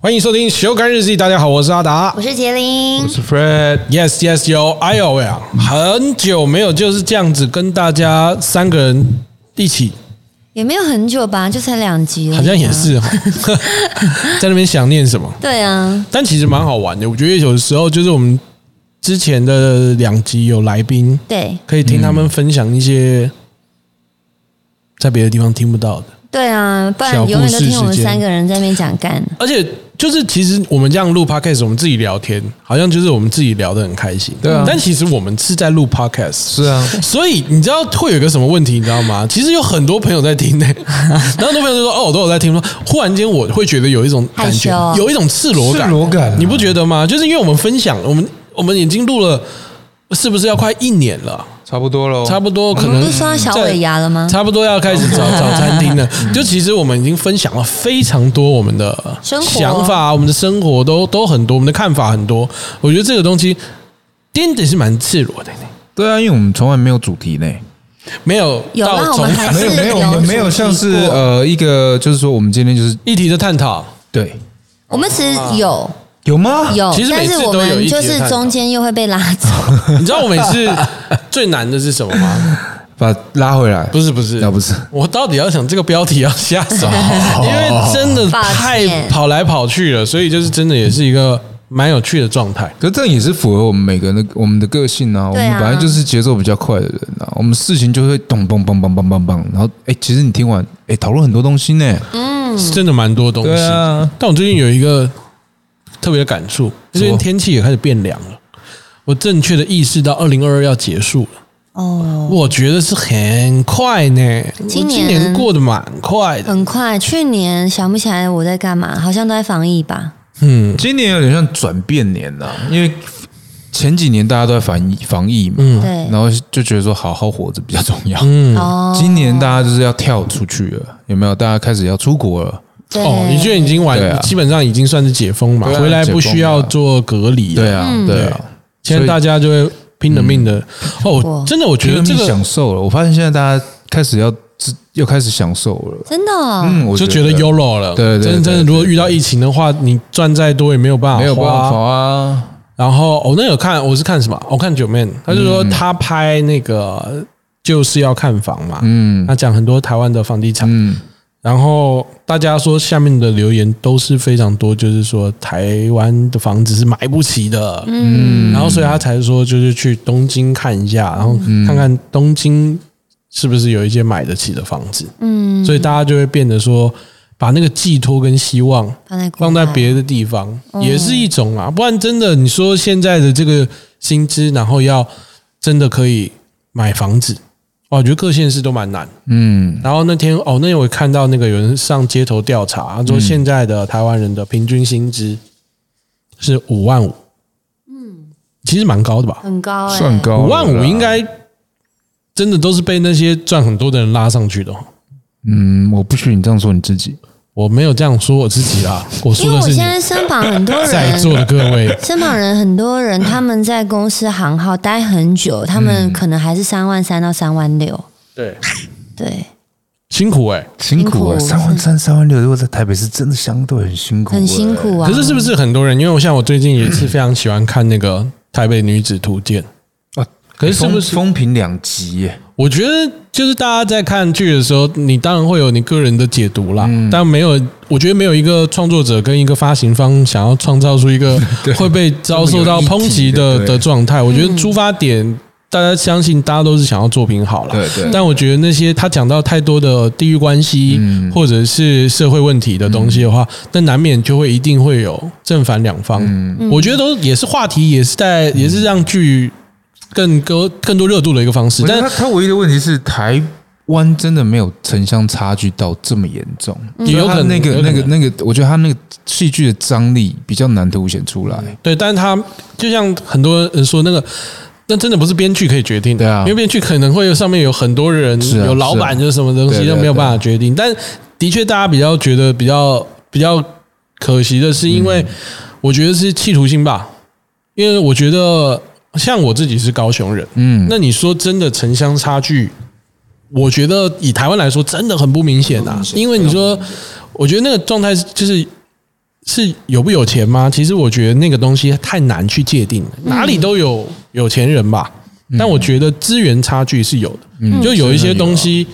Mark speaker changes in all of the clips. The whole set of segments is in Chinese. Speaker 1: 欢迎收听《修干日记》，大家好，我是阿达
Speaker 2: 我。是杰林
Speaker 3: 我，是 Fred，
Speaker 1: Yes, yes, 有。哎呦喂啊，很久没有就是这样子跟大家三个人一起，
Speaker 2: 也没有很久吧，就才两集啊了，
Speaker 1: 好像也。是
Speaker 3: 嗯
Speaker 1: 哈， 在那边想念什么？
Speaker 2: 对啊，
Speaker 1: 但其实蛮好玩的，我觉得有时候就是我们之前的两集有来宾，
Speaker 2: 对
Speaker 1: 可以听他
Speaker 3: 嗯
Speaker 1: 们分享一些在别的地方听不到的，
Speaker 2: 对啊，不然
Speaker 1: 小故事
Speaker 2: 永远都听我们
Speaker 1: 时间
Speaker 2: 三个人在那边讲干。
Speaker 1: 而且就是其实我们这样录 podcast，我们自己聊天，好像就是我们自己聊得很开心，
Speaker 3: 对啊
Speaker 1: 但其实我们是在录 podcast。
Speaker 3: 是啊，
Speaker 1: 所以你知道会有一个什么问题，你知道吗？其实有很多朋友在 听呢、然后很多朋友就说：“哦，我都有在听。”说忽然间我会觉得有一种感觉
Speaker 2: 害羞哦，
Speaker 1: 有一种赤裸感，
Speaker 3: 赤裸感啊
Speaker 1: 你不觉得吗？就是因为我们分享，我们我们已经录了，是不是要快一年了？
Speaker 3: 差不多喽，
Speaker 1: 差不多可
Speaker 2: 我们
Speaker 1: 能
Speaker 2: 不是说要小
Speaker 1: 在
Speaker 2: 尾牙了吗？
Speaker 1: 差不多要开 始找找餐厅了。
Speaker 2: 嗯
Speaker 1: 就其实我们已经分享了非常多我们的
Speaker 2: 生活
Speaker 1: 想法，我们的生活都都很多，我们的看法很多。我觉得这个东西颠的是蛮赤裸的，
Speaker 4: 对啊，因为我们从来没有主题呢。
Speaker 1: 没有
Speaker 2: 有啦
Speaker 1: 到
Speaker 2: 我
Speaker 1: 从
Speaker 2: 们还
Speaker 3: 没有
Speaker 2: 啊是
Speaker 3: 没有我
Speaker 2: 有
Speaker 3: 们没有像是
Speaker 2: 主题过
Speaker 3: 呃一个就是说我们今天就是
Speaker 1: 议题的探讨。
Speaker 3: 对
Speaker 2: 我们其实有
Speaker 3: 有吗？
Speaker 2: 有
Speaker 1: 啊其，实
Speaker 2: 但
Speaker 1: 每次
Speaker 2: 是我
Speaker 1: 都有
Speaker 2: 们
Speaker 1: 一集
Speaker 2: 就
Speaker 1: 的
Speaker 2: 是
Speaker 1: 探讨
Speaker 2: 中间又会被拉 走。
Speaker 1: 你知道我每次最难的是什么 吗？
Speaker 3: 把它拉回来，
Speaker 1: 不是不是，
Speaker 3: 那不是
Speaker 1: 我到底要想这个标题要下手， 因为真的
Speaker 2: 抱
Speaker 1: 太
Speaker 2: 歉
Speaker 1: 跑来跑去了，所以就是真的也是一个蛮有趣的状态。
Speaker 3: 可是这样也是符合我们每个人的我们的个性啊。我
Speaker 2: 对啊
Speaker 3: 们本来就是节奏比较快的人啊，我们事情就会咚嘣嘣嘣嘣嘣嘣，然后哎，其实你听完哎，讨论很多东西呢。
Speaker 2: 嗯
Speaker 1: 是真的蛮多东西。
Speaker 3: 嗯对啊
Speaker 1: 但我最近有一个特别的感触，
Speaker 3: 什么
Speaker 1: 最近天气也开始变凉了。我正确的意识到二零二二要结束了，
Speaker 2: 哦，
Speaker 1: 我觉得是很快呢。我
Speaker 2: 今年
Speaker 1: 今
Speaker 2: 嗯
Speaker 1: 年过得蛮快的，
Speaker 2: 很快，去年想不起来我在干嘛，好像都在防疫吧。
Speaker 1: 嗯，
Speaker 3: 今年有点像转变年呐、因为前几年大家都在防疫防疫嘛，
Speaker 1: 嗯
Speaker 2: 对
Speaker 3: 然后就觉得说好好活着比较重要。
Speaker 2: 哦，
Speaker 1: 嗯
Speaker 3: 今年大家就是要跳出去了，有没有？大家开始要出国了。
Speaker 2: 对，
Speaker 1: 哦，你居然已经完
Speaker 3: 对，啊
Speaker 1: 基本上已经算是解封嘛，
Speaker 3: 对啊
Speaker 1: 回来不需要做隔离。
Speaker 3: 对，啊，
Speaker 2: 嗯
Speaker 3: 对啊，
Speaker 1: 现在大家就会拼了命的。哦
Speaker 2: 哇，
Speaker 1: 真的，我觉
Speaker 3: 觉
Speaker 1: 得
Speaker 3: 得
Speaker 1: 这个
Speaker 3: 享受了。我发现现在大家开始要自又开始享受了。
Speaker 2: 真的哦，
Speaker 3: 嗯，我
Speaker 1: 就觉得 YOLO 了。
Speaker 3: 对对对
Speaker 1: 真的真的，
Speaker 3: 对
Speaker 1: 如果遇到疫情的话，你赚再多也没有办法，
Speaker 3: 没有办法啊。
Speaker 1: 然后我、哦、那有看，我是看什么？我看九妹，他就说
Speaker 3: 嗯
Speaker 1: 他拍那个就是要看房嘛，
Speaker 3: 嗯
Speaker 1: 他讲很多台湾的房地产，
Speaker 3: 嗯，
Speaker 1: 然后大家说下面的留言都是非常多，就是说台湾的房子是买不起的，嗯，然后所以他才说就是去东京看一下，然后
Speaker 3: 嗯
Speaker 1: 看看东京是不是有一些买得起的房子，
Speaker 2: 嗯，
Speaker 1: 所以大家就会变得说把那个寄托跟希望
Speaker 2: 放在国
Speaker 1: 放在
Speaker 2: 外
Speaker 1: 别的地方也是一种啊，不然真的你说现在的这个薪资，然后要真的可以买房子，哦，我觉得各县市都蛮难。
Speaker 3: 嗯，
Speaker 1: 然后那天哦，那天我看到那个有人上街头调查，他说现在的台湾人的平均薪资是五万五，嗯，其实蛮高的吧？
Speaker 2: 很高哎，
Speaker 3: 算高了啦，
Speaker 1: 五万五应该真的都是被那些赚很多的人拉上去的哦。
Speaker 3: 嗯，我不许你这样说你自己。
Speaker 1: 我没有这样说我自己啦，我
Speaker 2: 因
Speaker 1: 说
Speaker 2: 为
Speaker 1: 的
Speaker 2: 我
Speaker 1: 是你
Speaker 2: 现在身旁很多人
Speaker 1: 在座的各 位。
Speaker 2: 身旁人很多人，他们在公司行号待很久，他们可能还是三万三到三万六，
Speaker 1: 对，
Speaker 2: 对，
Speaker 1: 辛苦哎、
Speaker 3: 辛苦啊，
Speaker 2: 辛苦
Speaker 3: 三万三、三万六，如果在台北是真的相对很辛苦，
Speaker 2: 很辛。苦啊。
Speaker 1: 可是是不是很多人？因为我像我最近也是非常喜欢看那个《台北女子图鉴》，
Speaker 3: 啊，
Speaker 1: 可是是不是
Speaker 3: 风评两极耶？
Speaker 1: 我觉得就是大家在看剧的时候，你当然会有你个人的解读啦，但没有，我觉得没有一个创作者跟一个发行方想要创造出一个会被遭受到抨击
Speaker 3: 这么有
Speaker 1: 的
Speaker 3: 议题的对
Speaker 1: 的状态。我觉得出发点。大家相信，大家都是想要作品好了。
Speaker 3: 对对
Speaker 1: 但我觉得那些他讲到太多的地域关系、
Speaker 3: 嗯
Speaker 1: 或者是社会问题的东西的话，那难免就会一定会有正反两方。
Speaker 3: 嗯
Speaker 1: 我觉得都也是话题，也是在也是让剧更多更多热度的一个方式。
Speaker 3: 但
Speaker 1: 但
Speaker 3: 他他唯一的问题是台湾真的没有城乡差距到这么严重，
Speaker 1: 也有可能
Speaker 3: 那
Speaker 1: 有可能
Speaker 3: 个那个那个，我觉得他那个戏剧的张力比较难凸显出来。
Speaker 1: 对，但是他就像很多人说那个。那真的不是编剧可以决定的，
Speaker 3: 对啊
Speaker 1: 因为编剧可能会有上面有很多人，
Speaker 3: 是啊
Speaker 1: 有老板，
Speaker 3: 是啊
Speaker 1: 有什么东西
Speaker 3: 对对
Speaker 1: 都没有办法决定。但的确，大家比较觉得比较比较可惜的是，因为
Speaker 3: 嗯
Speaker 1: 我觉得是企图心吧，因为我觉得像我自己是高雄人，
Speaker 3: 嗯，
Speaker 1: 那你说真的城乡差距，我觉得以
Speaker 3: 嗯
Speaker 1: 台湾来说真的很不明显啊，因为你说，我觉得那个状态是就是是有不有钱吗？其实我觉得那个东西太难去界定了，
Speaker 3: 嗯
Speaker 1: 哪里都有有钱人吧。但我觉得资源差距是有的，
Speaker 3: 嗯
Speaker 1: 就有一些东西，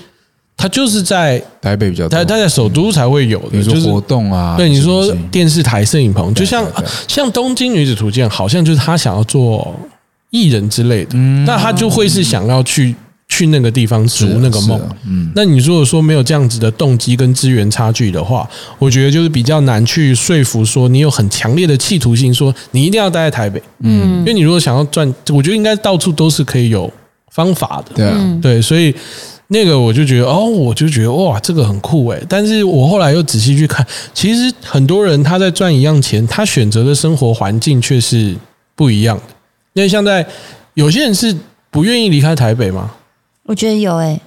Speaker 1: 它就是在
Speaker 3: 台北比较多
Speaker 1: 它它在首都才会有
Speaker 3: 比
Speaker 1: 的，
Speaker 3: 如
Speaker 1: 就
Speaker 3: 说
Speaker 1: 是
Speaker 3: 活动啊，
Speaker 1: 对你说嗯
Speaker 3: 什么东西
Speaker 1: 电视台摄影棚，就像
Speaker 3: 对对
Speaker 1: 像东京女子图鉴，好像就是她想要做艺人之类的，那她就会是想要去去那个地方逐那个梦
Speaker 3: 嗯是啊。嗯，
Speaker 1: 那你如果说没有这样子的动机跟资源差距的话，我觉得就是比较难去说服说你有很强烈的企图心，说你一定要待在台北，嗯，因为你如果想要赚，我觉得应该到处都是可以有方法
Speaker 2: 嗯
Speaker 1: 的，
Speaker 3: 对啊，
Speaker 1: 对，所以那个我就觉得，哦，我就觉得哇，这个很酷诶。但是我后来又仔细去看，其实很多人他在赚一样钱，他选择的生活环境却是不一样的。因为像在有些人是不愿意离开台北嘛，
Speaker 2: 我觉得有哎、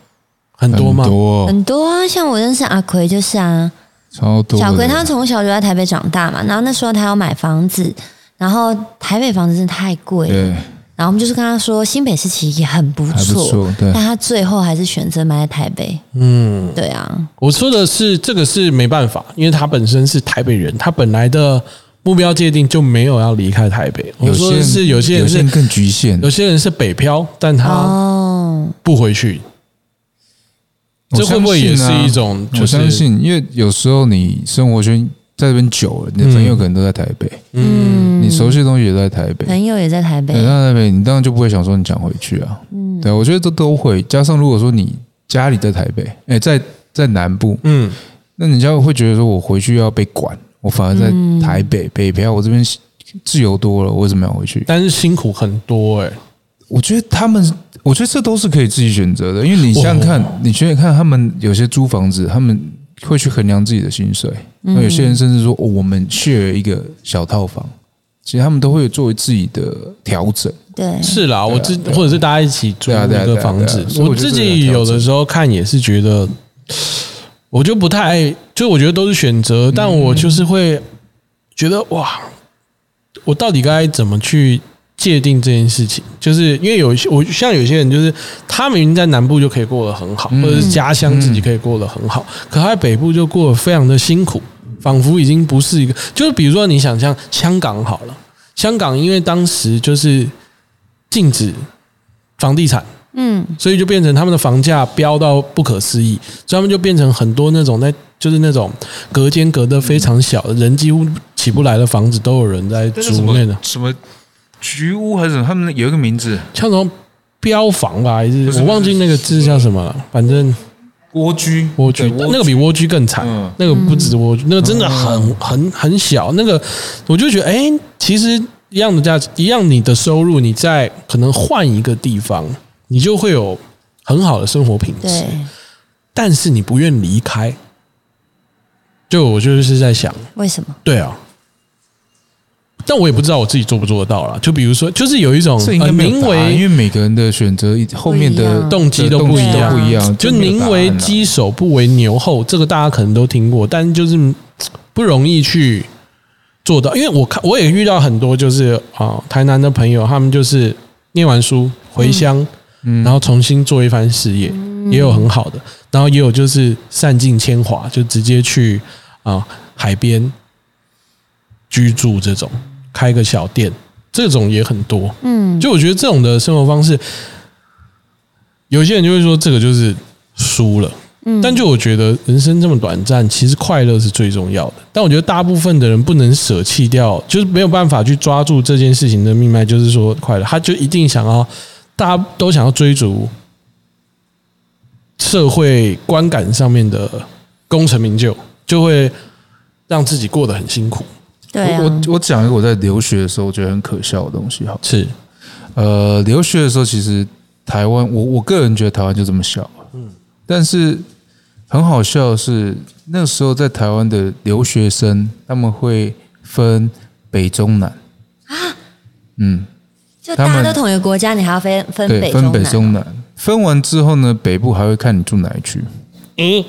Speaker 1: 很多嘛
Speaker 3: 很，多
Speaker 2: 很多啊，像我认识阿奎就是啊，
Speaker 3: 超多的。
Speaker 2: 小葵他从小就在台北长大嘛，然后那时候他要买房子，然后台北房子真的太贵了，
Speaker 3: 对
Speaker 2: 然后我们就是跟他说新北市其实也很不
Speaker 3: 还不
Speaker 2: 错，哎
Speaker 3: 错，对
Speaker 2: 但他最后还是选择买在台北。
Speaker 1: 嗯，
Speaker 2: 对啊，
Speaker 1: 我说的是这个是没办法，因为他本身是台北人，他本来的目标界定就没有要离开台北。我说
Speaker 3: 些
Speaker 1: 的
Speaker 3: 人
Speaker 1: 是有些人
Speaker 3: 有
Speaker 1: 是
Speaker 3: 些人更局限
Speaker 1: 有。些人是北漂，但他
Speaker 2: 哦，
Speaker 1: 不回去，
Speaker 3: 我
Speaker 1: 这会不会也
Speaker 3: 相
Speaker 1: 是
Speaker 3: 信啊
Speaker 1: 一种？
Speaker 3: 我相，信，因为有时候你生活圈在这边久了，你的朋友可能都在台北，
Speaker 1: 嗯，
Speaker 3: 你熟悉的东西也都在台北。
Speaker 2: 朋友也在台北
Speaker 3: 对，，那台北你当然就不会想说你想回去啊。嗯，对，我觉得这都会。加上如果说你家里在台北，哎，在在南部，
Speaker 1: 嗯，
Speaker 3: 那人家会觉得说我回去要被管，我反而在台北、北漂，我这边自由多了，我为什么要回去？
Speaker 1: 但是辛苦很多哎、
Speaker 3: 我觉得他们，我觉得这都是可以自己选择的，因为你想想看，你想想看，他们有些租房子，他们会去衡量自己的薪水，那有些人甚至说，哦，我们 share 一个小套房，其实他们都会作为自己的调整。
Speaker 2: 对，
Speaker 1: 是啦，我自或者是大家一起租
Speaker 3: 对啊
Speaker 1: 一
Speaker 3: 对啊
Speaker 1: 个
Speaker 3: 对啊
Speaker 1: 房
Speaker 3: 对
Speaker 1: 子
Speaker 3: 啊，所以
Speaker 1: 我
Speaker 3: 我觉得
Speaker 1: 自
Speaker 3: 这个
Speaker 1: 己
Speaker 3: 要调
Speaker 1: 有的
Speaker 3: 整
Speaker 1: 时候看也是觉得，我就不太爱，就我觉得都是选择，
Speaker 3: 嗯
Speaker 1: 但我就是会觉得哇，我到底该怎么去界定这件事情？就是因为有一些我像有些人，就是他明明在南部就可以过得很好，
Speaker 3: 嗯
Speaker 1: 或者是家乡自己可以过得很好，可他在北部就过得非常的辛苦，仿佛已经不是一个。就是比如说，你想象香港好了，香港因为当时就是禁止房地产。
Speaker 2: 嗯，
Speaker 1: 所以就变成他们的房价飙到不可思议，所以他们就变成很多那种在就是那种隔间隔得非常小的，人几乎起不来的房子都有人在
Speaker 4: 那是什
Speaker 1: 租那种
Speaker 4: 么，什么菊屋还是什么？他们有一个名字，
Speaker 1: 像那种标房吧，还是
Speaker 4: 不是
Speaker 1: 我忘记那个字叫什么了，反正
Speaker 4: 蜗居，
Speaker 1: 蜗居
Speaker 4: 对
Speaker 1: 那个比蜗居更惨
Speaker 4: 嗯，
Speaker 1: 那个不止蜗居，那个真的很很很小，那个我就觉得哎、诶其实一样的价值，一样你的收入，你在可能换一个地方，你就会有很好的生活品质
Speaker 2: 对。，
Speaker 1: 但是你不愿离开。就我就是在想，
Speaker 2: 为什么？
Speaker 1: 对啊，但我也不知道我自己做不做得到啦。就比如说，就是有一种
Speaker 3: 这应该
Speaker 1: 呃
Speaker 3: 没有
Speaker 1: 名
Speaker 3: 答案，因
Speaker 1: 为
Speaker 3: 为哦每个人的选择后面
Speaker 2: 不一
Speaker 3: 的
Speaker 2: 样
Speaker 1: 动机都
Speaker 3: 的
Speaker 1: 不
Speaker 3: 动
Speaker 1: 一
Speaker 3: 机
Speaker 1: 样，
Speaker 3: 都不一样，
Speaker 1: 就
Speaker 3: 这没有
Speaker 1: 宁
Speaker 3: 答案
Speaker 1: 为
Speaker 3: 啊
Speaker 1: 鸡首不为牛后，这个大家可能都听过，但就是嗯不容易去做到。因为我看我也遇到很多就是啊、台南的朋友，他们就是念完书回乡，
Speaker 3: 嗯
Speaker 1: 然后重新做一番事业，也有很好的，然后也有就是散尽铅华，就直接去啊、海边居住这种，开个小店，这种也很多。
Speaker 2: 嗯，
Speaker 1: 就我觉得这种的生活方式，有些人就会说这个就是输了。
Speaker 2: 嗯
Speaker 1: 但就我觉得人生这么短暂，其实快乐是最重要的。但我觉得大部分的人不能舍弃掉，就是没有办法去抓住这件事情的命脉，就是说快乐，他就一定想要，大家都想要追逐社会观感上面的功成名就，就会让自己过得很辛苦。
Speaker 2: 对啊
Speaker 3: 我，我我讲一个我在留学的时候觉得很可笑的东西好了，
Speaker 1: 是，
Speaker 3: 呃，留学的时候其实台湾，我我个人觉得台湾就这么小，嗯，但是很好笑的是那时候在台湾的留学生他们会分北中南，
Speaker 2: 就大家
Speaker 3: 他们
Speaker 2: 都同一个国家，你还要分分
Speaker 3: 对，
Speaker 2: 北
Speaker 3: 分
Speaker 2: 中
Speaker 3: 北
Speaker 2: 南，啊
Speaker 3: 中南，分完之后呢，北部还会看你住哪一区，
Speaker 1: 嗯，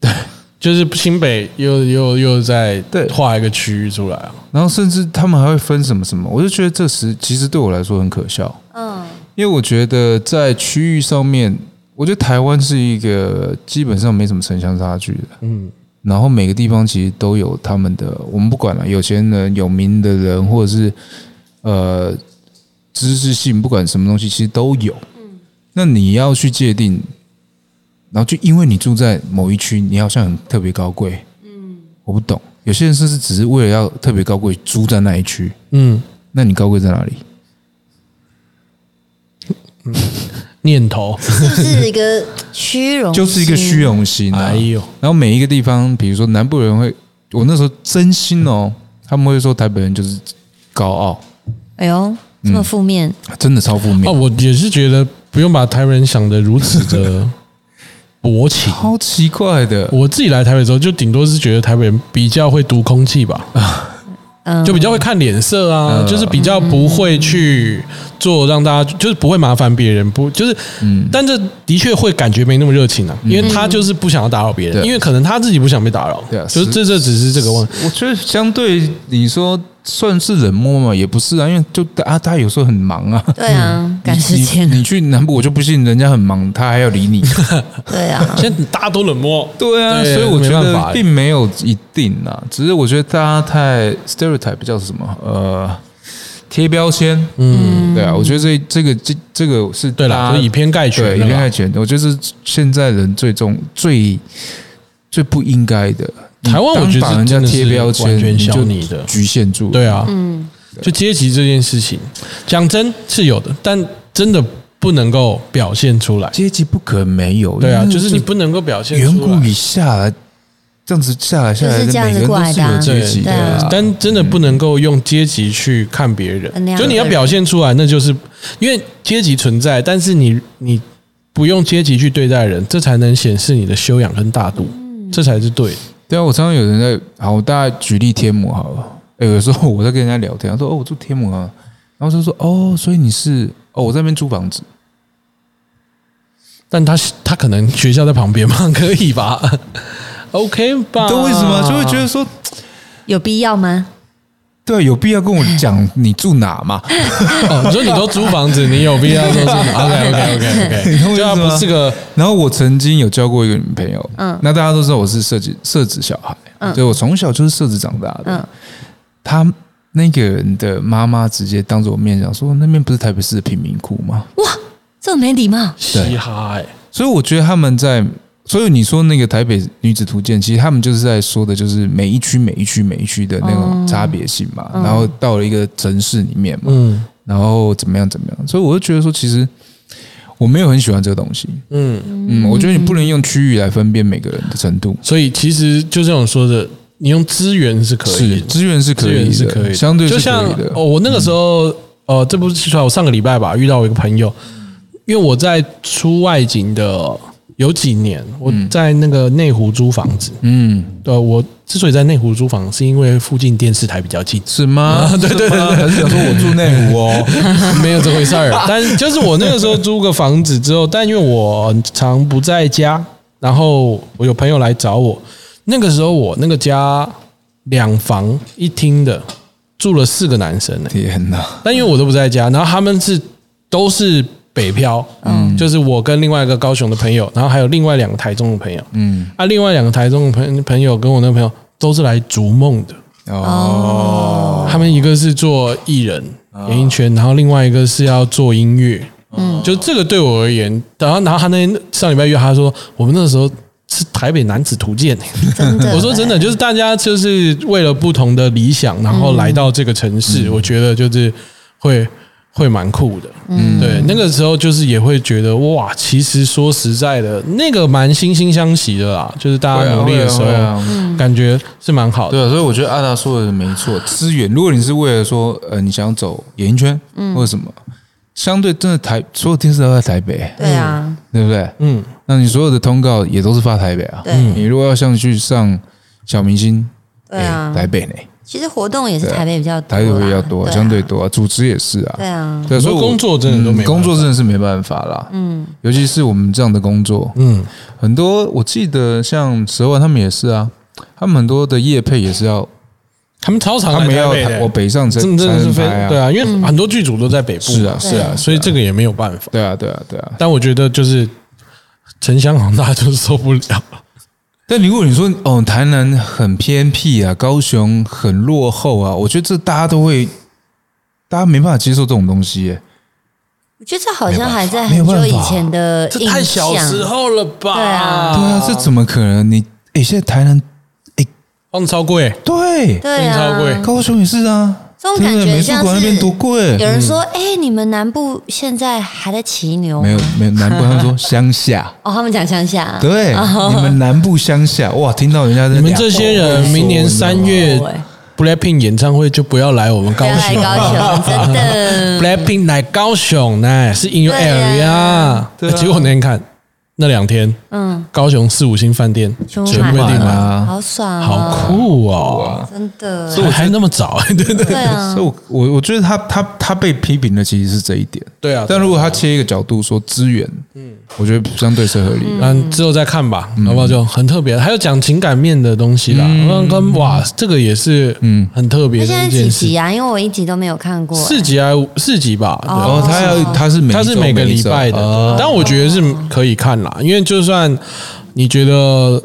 Speaker 1: 对， 就是新北又又又在
Speaker 3: 对
Speaker 1: 画一个区域出来啊。
Speaker 3: 然后甚至他们还会分什么什么，我就觉得这时其实对我来说很可笑，
Speaker 2: 嗯，
Speaker 3: 因为我觉得在区域上面，我觉得台湾是一个基本上没什么城乡差距的。
Speaker 1: 嗯，
Speaker 3: 然后每个地方其实都有他们的，我们不管啊了，有钱人、有名的人，或者是呃知识性，不管什么东西，其实都有。那你要去界定，然后就因为你住在某一区，你好像很特别高贵，嗯，我不懂。有些人甚至只是为了要特别高贵，租在那一区，
Speaker 1: 嗯，
Speaker 3: 那你高贵在哪里？
Speaker 1: 念头，
Speaker 2: 是不是一个虚荣？
Speaker 3: 就是一个虚。荣心、啊。
Speaker 1: 哎呦，
Speaker 3: 然后每一个地方，比如说南部人会，我那时候真心哦，他们会说台北人就是高傲，
Speaker 2: 哎呦，这
Speaker 3: 嗯
Speaker 2: 么负面，
Speaker 3: 真的超负面，
Speaker 1: 哦，我也是觉得不用把台湾人想的如此的薄情。
Speaker 3: 超奇怪的。
Speaker 1: 我自己来台北之后，就顶多是觉得台北人比较会读空气吧，
Speaker 2: 嗯，
Speaker 1: 就比较会看脸色啊，
Speaker 3: 嗯
Speaker 1: 就是比较不会去做让大家，就是不会麻烦别人，不就是，
Speaker 3: 嗯
Speaker 1: 但这的确会感觉没那么热情啊，因为他就是不想要打扰别人，
Speaker 3: 对
Speaker 1: 因为可能他自己不想被打扰，
Speaker 3: 对啊
Speaker 1: 就是
Speaker 3: 是
Speaker 1: 这这只是这个问题，
Speaker 3: 我觉得相对你说算是冷漠嘛，也不是啊，因为就啊，他有时候很忙啊。
Speaker 2: 对啊，赶时
Speaker 3: 你你
Speaker 2: 间，
Speaker 3: 你去南部，我就不信人家很忙，他还要理你。
Speaker 2: 对 啊，
Speaker 1: 现在大家都冷漠，
Speaker 3: 对啊，
Speaker 1: 对
Speaker 3: 所以我觉
Speaker 1: 没办法
Speaker 3: 得并没有一定啊，只是我觉得大家太 stereotype 叫什么呃贴标签，嗯，对啊，我觉得这这个这这个是
Speaker 1: 对啦
Speaker 3: 大
Speaker 1: 就
Speaker 3: 家
Speaker 1: 以偏概全
Speaker 3: 对
Speaker 1: 了
Speaker 3: 以
Speaker 1: 啦
Speaker 3: 偏概全，我觉得是现在人最重最最不应该的。你
Speaker 1: 台湾我觉得
Speaker 3: 当把人家
Speaker 1: 真的是
Speaker 3: 贴标签，
Speaker 1: 完全消
Speaker 3: 就
Speaker 1: 弭的
Speaker 3: 局限住，
Speaker 1: 对啊，嗯，就阶级这件事情，讲真是有的，但真的不能够表现出来。
Speaker 3: 阶级不可能没有，
Speaker 1: 对啊，
Speaker 3: 因为
Speaker 1: 就是你不能够表现
Speaker 3: 远
Speaker 1: 出
Speaker 3: 古
Speaker 1: 来
Speaker 3: 以。下来这样子下来下来，
Speaker 2: 就是这样
Speaker 3: 每
Speaker 2: 子
Speaker 3: 个人
Speaker 2: 过
Speaker 3: 都
Speaker 2: 来
Speaker 3: 是
Speaker 2: 的啊
Speaker 3: 有阶级的
Speaker 2: 对啊
Speaker 3: 啊，
Speaker 1: 但真的不能够用阶级去看别人
Speaker 2: 嗯那，样
Speaker 1: 就你要表现出来，那就是因为阶级存在，但是你你不用阶级去对待人，这才能显示你的修养跟大度，
Speaker 2: 嗯
Speaker 1: 这才是对的。
Speaker 3: 对啊，我常常有人在，好，我大概举例天母好了。哎，有时候我在跟人家聊天，他说：“哦，我住天母啊。”然后就说：“哦，所以你是哦，我在那边租房子。
Speaker 1: 但他他可能学校在旁边嘛，可以吧 ？OK 吧？
Speaker 3: 你懂我意思吗？就会觉得说，
Speaker 2: 有必要吗？
Speaker 3: 对啊，有必要跟我讲你住哪 嘛？
Speaker 1: 哦，你说你 都租房子，你有必要说什么？OK OK OK
Speaker 3: 你
Speaker 1: OK，
Speaker 3: 懂我
Speaker 1: 就
Speaker 3: 意思
Speaker 1: 他
Speaker 3: 吗
Speaker 1: 不是个
Speaker 3: 然后我曾经有交过一个女朋友，嗯，那大家都知道我是设计设置小孩，嗯，所以我从小就是设置长大的。
Speaker 2: 嗯
Speaker 3: 她那个人的妈妈直接当着我面讲说：“那边不是台北市的贫民窟吗？”
Speaker 2: 哇，这么没礼貌，
Speaker 1: 嘻哈哎、
Speaker 3: 所以我觉得他们在，所以你说那个台北女子图鉴，其实他们就是在说的，就是每一区、每一区、每一区的那种差别性嘛。然后到了一个城市里面嘛，
Speaker 1: 嗯
Speaker 3: 然后怎么样怎么样，所以我就觉得说，其实我没有很喜欢这个东西。
Speaker 1: 嗯，
Speaker 3: 嗯，我觉得你不能用区域来分辨每个人的程度。
Speaker 1: 所以其实就这种说的，你用资源是可以
Speaker 3: 是
Speaker 1: 的，
Speaker 3: 资源是可
Speaker 1: 资
Speaker 3: 以
Speaker 1: 源
Speaker 3: 的，
Speaker 1: 是可以的，
Speaker 3: 相对是
Speaker 1: 就
Speaker 3: 可
Speaker 1: 像
Speaker 3: 以的。嗯
Speaker 1: 哦，我那个时候呃，这不是出来，我上个礼拜吧遇到我一个朋友，因为我在出外景的有几年，我在那个内湖租房子，
Speaker 3: 嗯，
Speaker 1: 呃，我之所以在内湖租房，是因为附近电视台比较近。
Speaker 3: 是吗？对对对， 还是想 说我住内湖哦。
Speaker 1: 没有这回事儿。但是就是我那个时候租个房子之后，但因为我常不在家，然后我有朋友来找我。那个时候我那个家两房一厅的，住了四个男生欸呢、
Speaker 3: 天哪，
Speaker 1: 但因为我都不在家，然后他们是都是北漂，嗯，就是我跟另外一个高雄的朋友，然后还有另外两个台中的朋友，
Speaker 3: 嗯，
Speaker 1: 啊，另外两个台中的朋朋友跟我那个朋友都是来逐梦的。
Speaker 3: 哦，
Speaker 1: 他们一个是做艺人、演艺圈，然后另外一个是要做音乐。嗯，就这个对我而言，然后然后他那天上礼拜约他说，我们那时候是台北男子图鉴。
Speaker 2: 真的。
Speaker 1: 我说真的，就是大家就是为了不同的理想，然后来到这个城
Speaker 3: 嗯
Speaker 1: 市，我觉得就是会会蛮酷的。嗯，对，那个时候就是也会觉得哇，其实说实在的，那个蛮惺惺相惜的啦，就是大
Speaker 3: 会
Speaker 1: 家
Speaker 3: 啊
Speaker 1: 努力的时候
Speaker 3: 会啊会啊，
Speaker 2: 嗯
Speaker 1: 感觉是蛮好的。
Speaker 3: 对啊，所以我觉得阿达说的没错，资源。如果你是为了说，呃，你想走演艺圈，或者什么，相对真的台所有电视都在台北，
Speaker 2: 对啊，
Speaker 3: 对不对？
Speaker 1: 嗯，
Speaker 3: 那你所有的通告也都是发台北啊。
Speaker 2: 对
Speaker 3: 你如果要像去上小明星，
Speaker 2: 对啊
Speaker 3: 哎台北呢，
Speaker 2: 其实活动也是台北比较多
Speaker 3: 台
Speaker 2: 啦，
Speaker 3: 北比较多，
Speaker 2: 啊
Speaker 3: 相对多啊，组织也是啊
Speaker 2: 对。啊，
Speaker 3: 对，所以
Speaker 1: 很
Speaker 3: 我
Speaker 1: 多工作真的都没办法
Speaker 3: 嗯工作真的是没办法啦。嗯，尤其是我们这样的工作，
Speaker 1: 嗯，
Speaker 3: 很多我记得像蛇丸他们也是啊，他们很多的业配也是要，
Speaker 1: 他们超常
Speaker 3: 他
Speaker 1: 来
Speaker 3: 们要
Speaker 1: 台北的
Speaker 3: 我啊北上才
Speaker 1: 真真的是非
Speaker 3: 才能拍啊
Speaker 1: 对啊，因
Speaker 2: 嗯
Speaker 1: 为很多剧组都在北部嘛，
Speaker 3: 是啊是啊
Speaker 2: 对啊
Speaker 1: 所以这个也没有办法。
Speaker 3: 对啊，对啊，对啊，
Speaker 1: 但我觉得就是城乡好像大家就是受不了，
Speaker 3: 但如果你说哦，台南很偏僻啊，高雄很落后啊，我觉得这大家都会，大家没办法接受这种东西耶。
Speaker 2: 我觉得这好像还在
Speaker 3: 没有
Speaker 2: 很
Speaker 3: 办法
Speaker 2: 久以前的
Speaker 1: 这
Speaker 2: 印
Speaker 1: 太小时
Speaker 2: 象。
Speaker 1: 候了吧？
Speaker 2: 对啊
Speaker 3: 对啊，这怎么可能？你哎，现在台南
Speaker 1: 放超贵，
Speaker 3: 对，
Speaker 2: 对
Speaker 1: 超
Speaker 2: 啊
Speaker 1: 贵，
Speaker 3: 高雄也是啊，
Speaker 2: 这种
Speaker 3: 对不对
Speaker 2: 感觉
Speaker 3: 美术馆那边多贵
Speaker 2: 有，人说：“哎、你们南部现在还在骑牛吗？”
Speaker 3: 没有没有，南部他们说 乡下，
Speaker 2: 哦，他们讲乡下，
Speaker 3: 对，
Speaker 2: 哦
Speaker 3: 你们南部乡下哇，听到人家在
Speaker 1: 你们
Speaker 3: 聊
Speaker 1: 这些人明年三月
Speaker 2: 哦哎
Speaker 1: Blackpink 演唱会就不要来我们
Speaker 2: 不
Speaker 1: 高
Speaker 2: 要来
Speaker 1: 雄
Speaker 2: 高雄，真的。
Speaker 1: ，Blackpink 来高雄呢是 in your
Speaker 2: 啊对啊
Speaker 1: area。哎
Speaker 3: 对啊
Speaker 1: 结果我那天看那两天，
Speaker 2: 嗯，
Speaker 1: 高雄四五星饭店
Speaker 2: 全
Speaker 1: 全
Speaker 2: 部
Speaker 1: 部
Speaker 2: 满
Speaker 1: 订
Speaker 3: 了
Speaker 1: 满，
Speaker 3: 啊
Speaker 2: 好爽、啊，
Speaker 1: 好酷哦！
Speaker 2: 真的。
Speaker 1: 还还那么早， 对对对
Speaker 2: 对啊
Speaker 3: 所以，，我我我觉得他他他被批评的其实是这一点。
Speaker 1: 对啊！
Speaker 3: 但如果他切一个角度说资源，嗯，我觉得相对是合理的。
Speaker 1: 嗯，之后再看吧，好不好？就很特别，还有讲情感面的东西啦，
Speaker 3: 嗯
Speaker 1: 跟跟哇，这个也是嗯很特别
Speaker 2: 那
Speaker 1: 的
Speaker 2: 现在
Speaker 1: 一
Speaker 2: 几
Speaker 1: 件事
Speaker 2: 集。啊？哦因为我一集都没有看过、
Speaker 1: 四集还啊是五四集吧？对
Speaker 3: 然后他要他是每哦
Speaker 1: 它是每个礼拜的，但我觉得是可以看啦，因为就算你觉得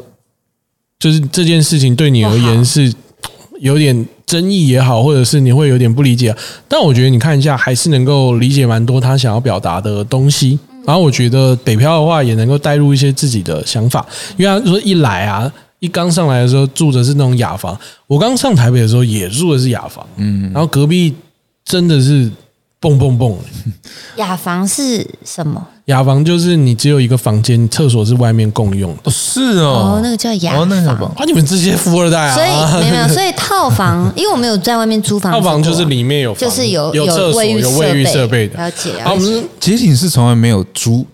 Speaker 1: 就是这件事情对你而言是有点争议也好，或者是你会有点不理解，啊但我觉得你看一下还是能够理解蛮多他想要表达的东西。然后我觉得北漂的话也能够带入一些自己的想法，因为他说一来啊，一刚上来的时候住的是那种雅房，我刚上台北的时候也住的是雅房，嗯，然后隔壁真的是蹦蹦蹦、
Speaker 2: 雅房是什么？
Speaker 1: 雅房就是你只有一个房间，厕所是外面共用的
Speaker 3: 哦是哦
Speaker 2: 哦，那个叫雅
Speaker 3: 哦
Speaker 2: 房。
Speaker 3: 那个吧，
Speaker 1: 啊！你们这些富二代啊，
Speaker 2: 所以没有没有，所以套房，因为我没有在外面租房子
Speaker 1: 套
Speaker 2: 过啊，
Speaker 1: 房就是里面有房
Speaker 2: 就是有
Speaker 1: 有厕所
Speaker 2: 卫浴
Speaker 1: 有卫浴设备的。
Speaker 2: 了解
Speaker 1: 啊，我
Speaker 2: 了
Speaker 1: 们
Speaker 2: 解。
Speaker 1: 是
Speaker 3: 杰景是从来没有住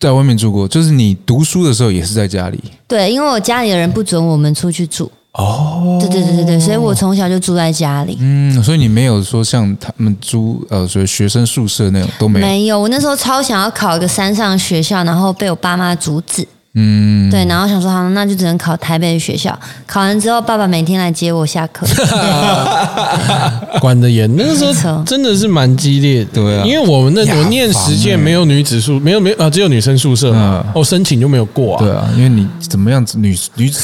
Speaker 3: 在外面住过，就是你读书的时候也是在家里。
Speaker 2: 对，因为我家里的人不准我们出去住。哦，对对对对对，所以我从小就住在家里。
Speaker 3: 嗯，所以你没有说像他们租呃，所谓学生宿舍那种都没有。
Speaker 2: 没有，我那时候超想要考一个山上的学校，然后被我爸妈阻止。嗯，对，然后想说好，那就只能考台北的学校。考完之后，爸爸每天来接我下 课。
Speaker 1: 管得严，那个时
Speaker 2: 没错
Speaker 1: 候真的是蛮激烈的。
Speaker 3: 对啊
Speaker 1: 因为我们那
Speaker 3: 雅
Speaker 1: 我念实践
Speaker 3: 房欸
Speaker 1: 没有女子宿，没有没有啊，只有女生宿舍嘛
Speaker 3: 嗯，
Speaker 1: 我申请就没有过
Speaker 3: 对
Speaker 1: 啊。
Speaker 3: 啊，因为你怎么样子，女 女子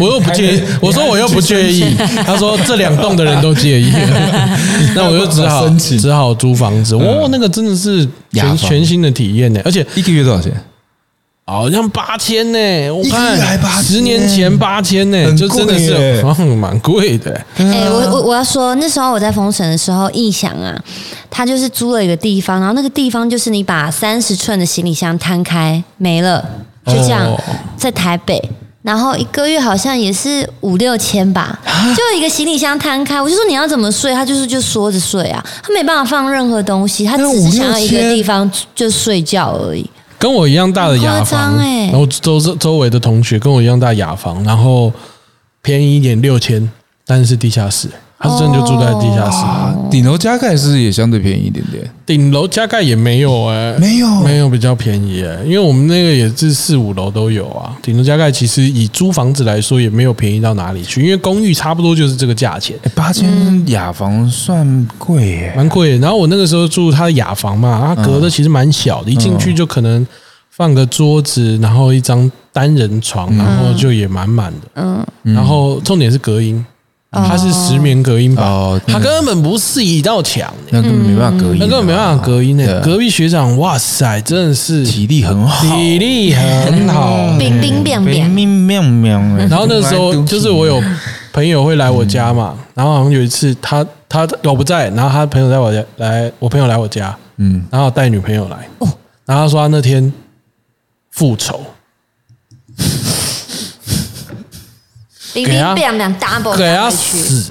Speaker 1: 我又不介意，我说我又不介意，他说这两栋的人都介 意，那我就只好
Speaker 3: 申请嗯
Speaker 1: 只好租房子。哇，那个真的是
Speaker 3: 雅
Speaker 1: 全
Speaker 3: 房
Speaker 1: 全新的体验呢，而且
Speaker 3: 一个月多少钱？
Speaker 1: 好像八千呢，我
Speaker 3: 一个
Speaker 1: 看
Speaker 3: 月还8000
Speaker 1: 十年前八千呢，
Speaker 3: 很
Speaker 1: 就真的是
Speaker 3: 贵耶
Speaker 1: 嗯蛮贵的、
Speaker 2: 哎、我我我要说，那时候我在封神的时候，逸翔啊，他就是租了一个地方，然后那个地方就是你把三十寸的行李箱摊开没了，就这样、
Speaker 1: 哦
Speaker 2: 在台北。然后一个月好像也是五六千吧，
Speaker 1: 啊
Speaker 2: 就一个行李箱摊开，我就说你要怎么睡，他就是就缩着睡啊，他没办法放任何东西，他
Speaker 3: 那
Speaker 2: 只是想要一个
Speaker 3: 5-6千
Speaker 2: 地方就睡觉而已。
Speaker 1: 跟我一样大的雅
Speaker 2: 很夸张
Speaker 1: 房，
Speaker 2: 欸
Speaker 1: 然后周周围的同学跟我一样大雅房，然后便宜一点六千，但是是地下室，他是真的就住在地下室，
Speaker 3: 啊，顶楼加盖是不是也相对便宜一点点？
Speaker 1: 顶楼加盖也没有哎、
Speaker 3: 没有
Speaker 1: 没有比较便宜哎、因为我们那个也是四五楼都有啊，顶楼加盖其实以租房子来说也没有便宜到哪里去，因为公寓差不多就是这个价钱。
Speaker 3: 哎，八
Speaker 2: 嗯
Speaker 3: 千雅房算贵耶。
Speaker 1: 蛮贵的。然后我那个时候住他的雅房嘛，啊他隔
Speaker 3: 嗯
Speaker 1: 的其实蛮小的，一进去就可能放个桌子，然后一张单人
Speaker 3: 嗯
Speaker 1: 床，然后就也满满的。
Speaker 2: 嗯，
Speaker 1: 然后重点是隔音，它是石棉隔音板，
Speaker 3: 哦，
Speaker 1: 它
Speaker 3: 那个
Speaker 1: 根本不是一道墙，
Speaker 3: 那根本没办法隔音
Speaker 1: 那
Speaker 3: 啊，
Speaker 1: 根本没办法隔音
Speaker 3: 对
Speaker 1: 的。
Speaker 3: 啊
Speaker 1: 隔壁学长，哇塞，真的是
Speaker 3: 体力很好，
Speaker 1: 体力很
Speaker 3: 嗯
Speaker 1: 好。
Speaker 2: 冰冰凉
Speaker 3: 冰
Speaker 2: 凉，
Speaker 3: 冰妙妙。
Speaker 1: 然后那时候 就是我有朋友会来我家嘛，然后好像有一次他他我不在，然后他朋友在我家来，我朋友来我家，
Speaker 3: 嗯，
Speaker 1: 然后带女朋友来，然后他说他那天复仇，
Speaker 2: 冰
Speaker 1: 给他
Speaker 2: 冰凉凉，double
Speaker 1: 给他
Speaker 2: 打回去，
Speaker 1: 死，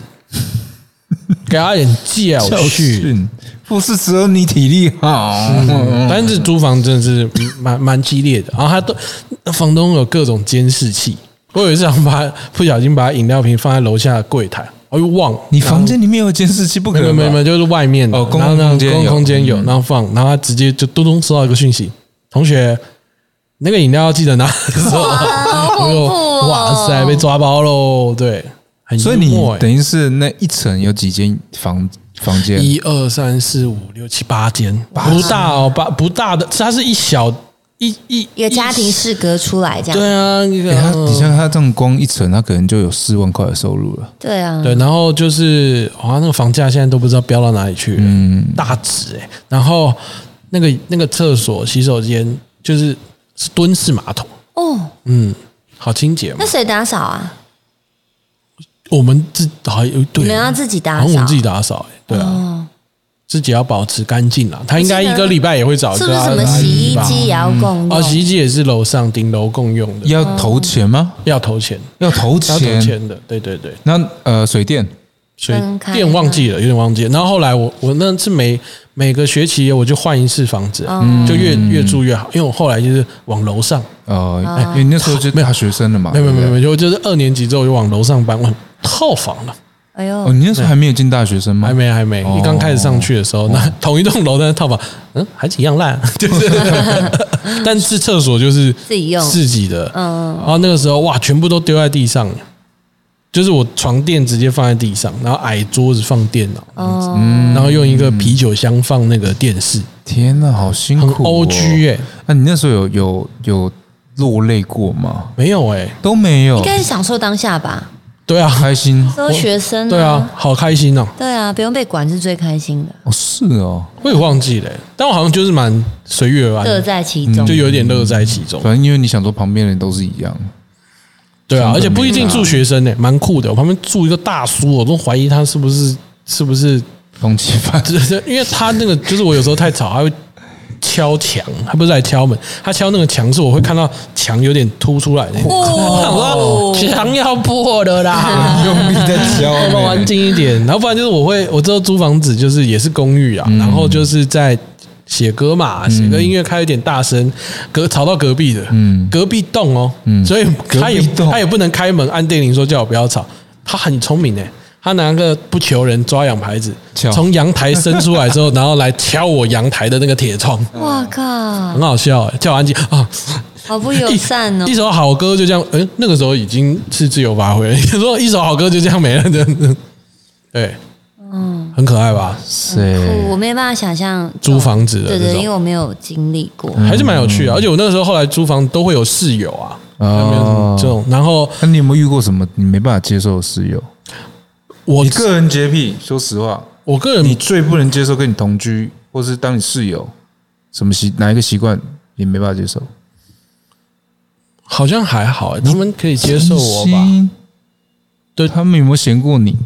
Speaker 1: 给他点教
Speaker 3: 教
Speaker 1: 训。
Speaker 3: 训不是只有你体力好，
Speaker 1: 但是租房真的是蛮蛮激烈的，然后他都房东有各种监视器，我有一次好像把不小心把饮料瓶放在楼下的柜台，我又忘了，
Speaker 3: 你房间里面有监视器不可
Speaker 1: 没有
Speaker 3: 能吧
Speaker 1: 没有没有，就是外面的
Speaker 3: 哦公共
Speaker 1: 然后呢
Speaker 3: 空间
Speaker 1: 公共
Speaker 3: 有嗯
Speaker 1: 空间有，然后放，然后他直接就咚咚收到一个讯息，同学，那个饮料要记得拿。
Speaker 2: 好恐怖哦！
Speaker 1: 哇塞，被抓包喽！对，很
Speaker 3: 所以
Speaker 1: 幽
Speaker 3: 你
Speaker 1: 默欸
Speaker 3: 等于是那一层有几间房房间？
Speaker 1: 一二三四五六七八间，不大哦，八不大的，它是一小一一
Speaker 2: 一个家庭式隔出来这样，
Speaker 1: 对啊，一个
Speaker 3: 哎，他你像他这样光一层，他可能就有四万块的收入了。
Speaker 2: 对啊，
Speaker 3: 嗯
Speaker 1: 对，然后就是好像那个房价现在都不知道飙到哪里去了，
Speaker 3: 嗯
Speaker 1: 大值哎、然后那个那个厕所、洗手间就是是蹲式马桶，
Speaker 2: 哦，
Speaker 1: 嗯，好清洁嘛
Speaker 2: 那。谁打扫啊？
Speaker 1: 我们自好像
Speaker 2: 你
Speaker 1: 对，啊
Speaker 2: 们要自己打
Speaker 1: 好像我们
Speaker 2: 扫欸哦
Speaker 1: 自，己打扫哎、对啊，自己要保持干净啦。他应该一个礼拜也会找一啊
Speaker 2: 是
Speaker 1: 个
Speaker 2: 不是什么
Speaker 1: 阿
Speaker 2: 洗衣
Speaker 1: 姨吧
Speaker 2: 机也要共用？
Speaker 1: 哦，洗衣机也是楼上顶楼共用的，
Speaker 3: 要投钱吗？
Speaker 1: 要投钱，
Speaker 3: 要投
Speaker 1: 要投
Speaker 3: 钱。
Speaker 1: 钱的，对对对。
Speaker 3: 那呃，水电
Speaker 1: 所
Speaker 2: 分开嗯
Speaker 1: 以店忘记了，有点忘记了。然后后来我我那次每每个学期我就换一次房子，
Speaker 2: 哦
Speaker 1: 就越越住越好。因为我后来就是往楼上，
Speaker 3: 哦，哎因为那时候就大学生了嘛。
Speaker 1: 没有没有没
Speaker 3: 对
Speaker 1: 有，
Speaker 3: 不
Speaker 1: 没
Speaker 3: 对
Speaker 1: 有，我就是二年级之后我就往楼上搬，往套房了，
Speaker 2: 哎呦
Speaker 3: 哦，，你那时候还没有进大学生吗？
Speaker 1: 还。没还没
Speaker 3: 哦。
Speaker 1: 刚开始上去的时候，那同一栋楼但是套房，嗯，还是一样烂，就是， 但是厕所就是
Speaker 2: 自己用
Speaker 1: 自己的，
Speaker 2: 嗯，
Speaker 1: 然后那个时候哇，全部都丢在地上，就是我床垫直接放在地上，然后矮桌子放电脑，
Speaker 2: 哦，
Speaker 1: 然后用一个啤酒箱放那个电视，
Speaker 3: 天哪，好辛苦、
Speaker 1: 很
Speaker 3: 哦。
Speaker 1: O G 哎，
Speaker 3: 那、你那时候有有有落泪过吗？
Speaker 1: 没有哎、
Speaker 3: 都没有
Speaker 2: 应，该是享受当下吧，
Speaker 1: 对 啊，
Speaker 3: 开心
Speaker 2: 都是学生，
Speaker 1: 对啊，，好开心哦、
Speaker 2: 对啊，不用被管是最开心的，
Speaker 3: 哦，是哦，
Speaker 1: 我也忘记了欸、但我好像就是蛮随遇而安
Speaker 2: 乐
Speaker 1: 的，
Speaker 2: 在其中
Speaker 1: 嗯就。有点乐在其中
Speaker 3: 反。正因为你想说旁边人都是一样，
Speaker 1: 对啊，
Speaker 3: 真的
Speaker 1: 而且不一定
Speaker 3: 没差
Speaker 1: 住学生呢、欸蛮酷的。我旁边住一个大叔，我都怀疑他是不是是不是，
Speaker 3: 通缉犯
Speaker 1: 就是因为他那个就是我有时候太吵，他会敲墙，他不是来敲门，他敲那个墙是我会看到墙有点凸出来的那种，我想说墙要破了 啦。
Speaker 3: 用力在敲
Speaker 1: 我们玩
Speaker 3: 欸，
Speaker 1: 近一点，然后不然就是我会，我之后租房子就是也是公寓啊，然后就是在写歌嘛，写歌音乐开一点大声，隔吵到隔壁的，
Speaker 3: 嗯
Speaker 1: 隔壁栋哦，所以他也
Speaker 3: 隔壁栋
Speaker 1: 他也不能开门按电铃说叫我不要吵，他很聪明诶，他拿个不求人抓痒牌子，
Speaker 3: 敲
Speaker 1: 从阳台伸出来之后， 然后来敲我阳台的那个铁窗，
Speaker 2: 哇靠
Speaker 1: 很，好笑诶，叫我安静啊，
Speaker 2: 好不友善哦
Speaker 1: 嗯一！首好歌就这样，嗯，那个时候已经是自由发挥了。你 说一首好歌就这样没了，真的，对，嗯，很可爱吧？
Speaker 2: 酷
Speaker 3: 谁
Speaker 2: 哦我没有办法想象
Speaker 1: 租房子嗯的
Speaker 2: 嗯对
Speaker 1: 这
Speaker 2: 对，因为嗯
Speaker 1: 种嗯
Speaker 2: 我没有经历过。
Speaker 1: 还是蛮有趣的。而且我那个时候后来租房都会有室友啊，没有什么
Speaker 3: 哦
Speaker 1: 这种。然后
Speaker 3: 那你有没有遇过什么你没办法接受的室友？
Speaker 1: 我嗯
Speaker 3: 你个人洁癖，说实话，
Speaker 1: 我个
Speaker 3: 你
Speaker 1: 人
Speaker 3: 最不能接受跟你同居，或是当你室友，什么习哪一个习惯你没办法接受？
Speaker 1: 好像还好，他们可以接受我吧？
Speaker 3: 真心？
Speaker 1: 对
Speaker 3: 他们有没有嫌过你？嗯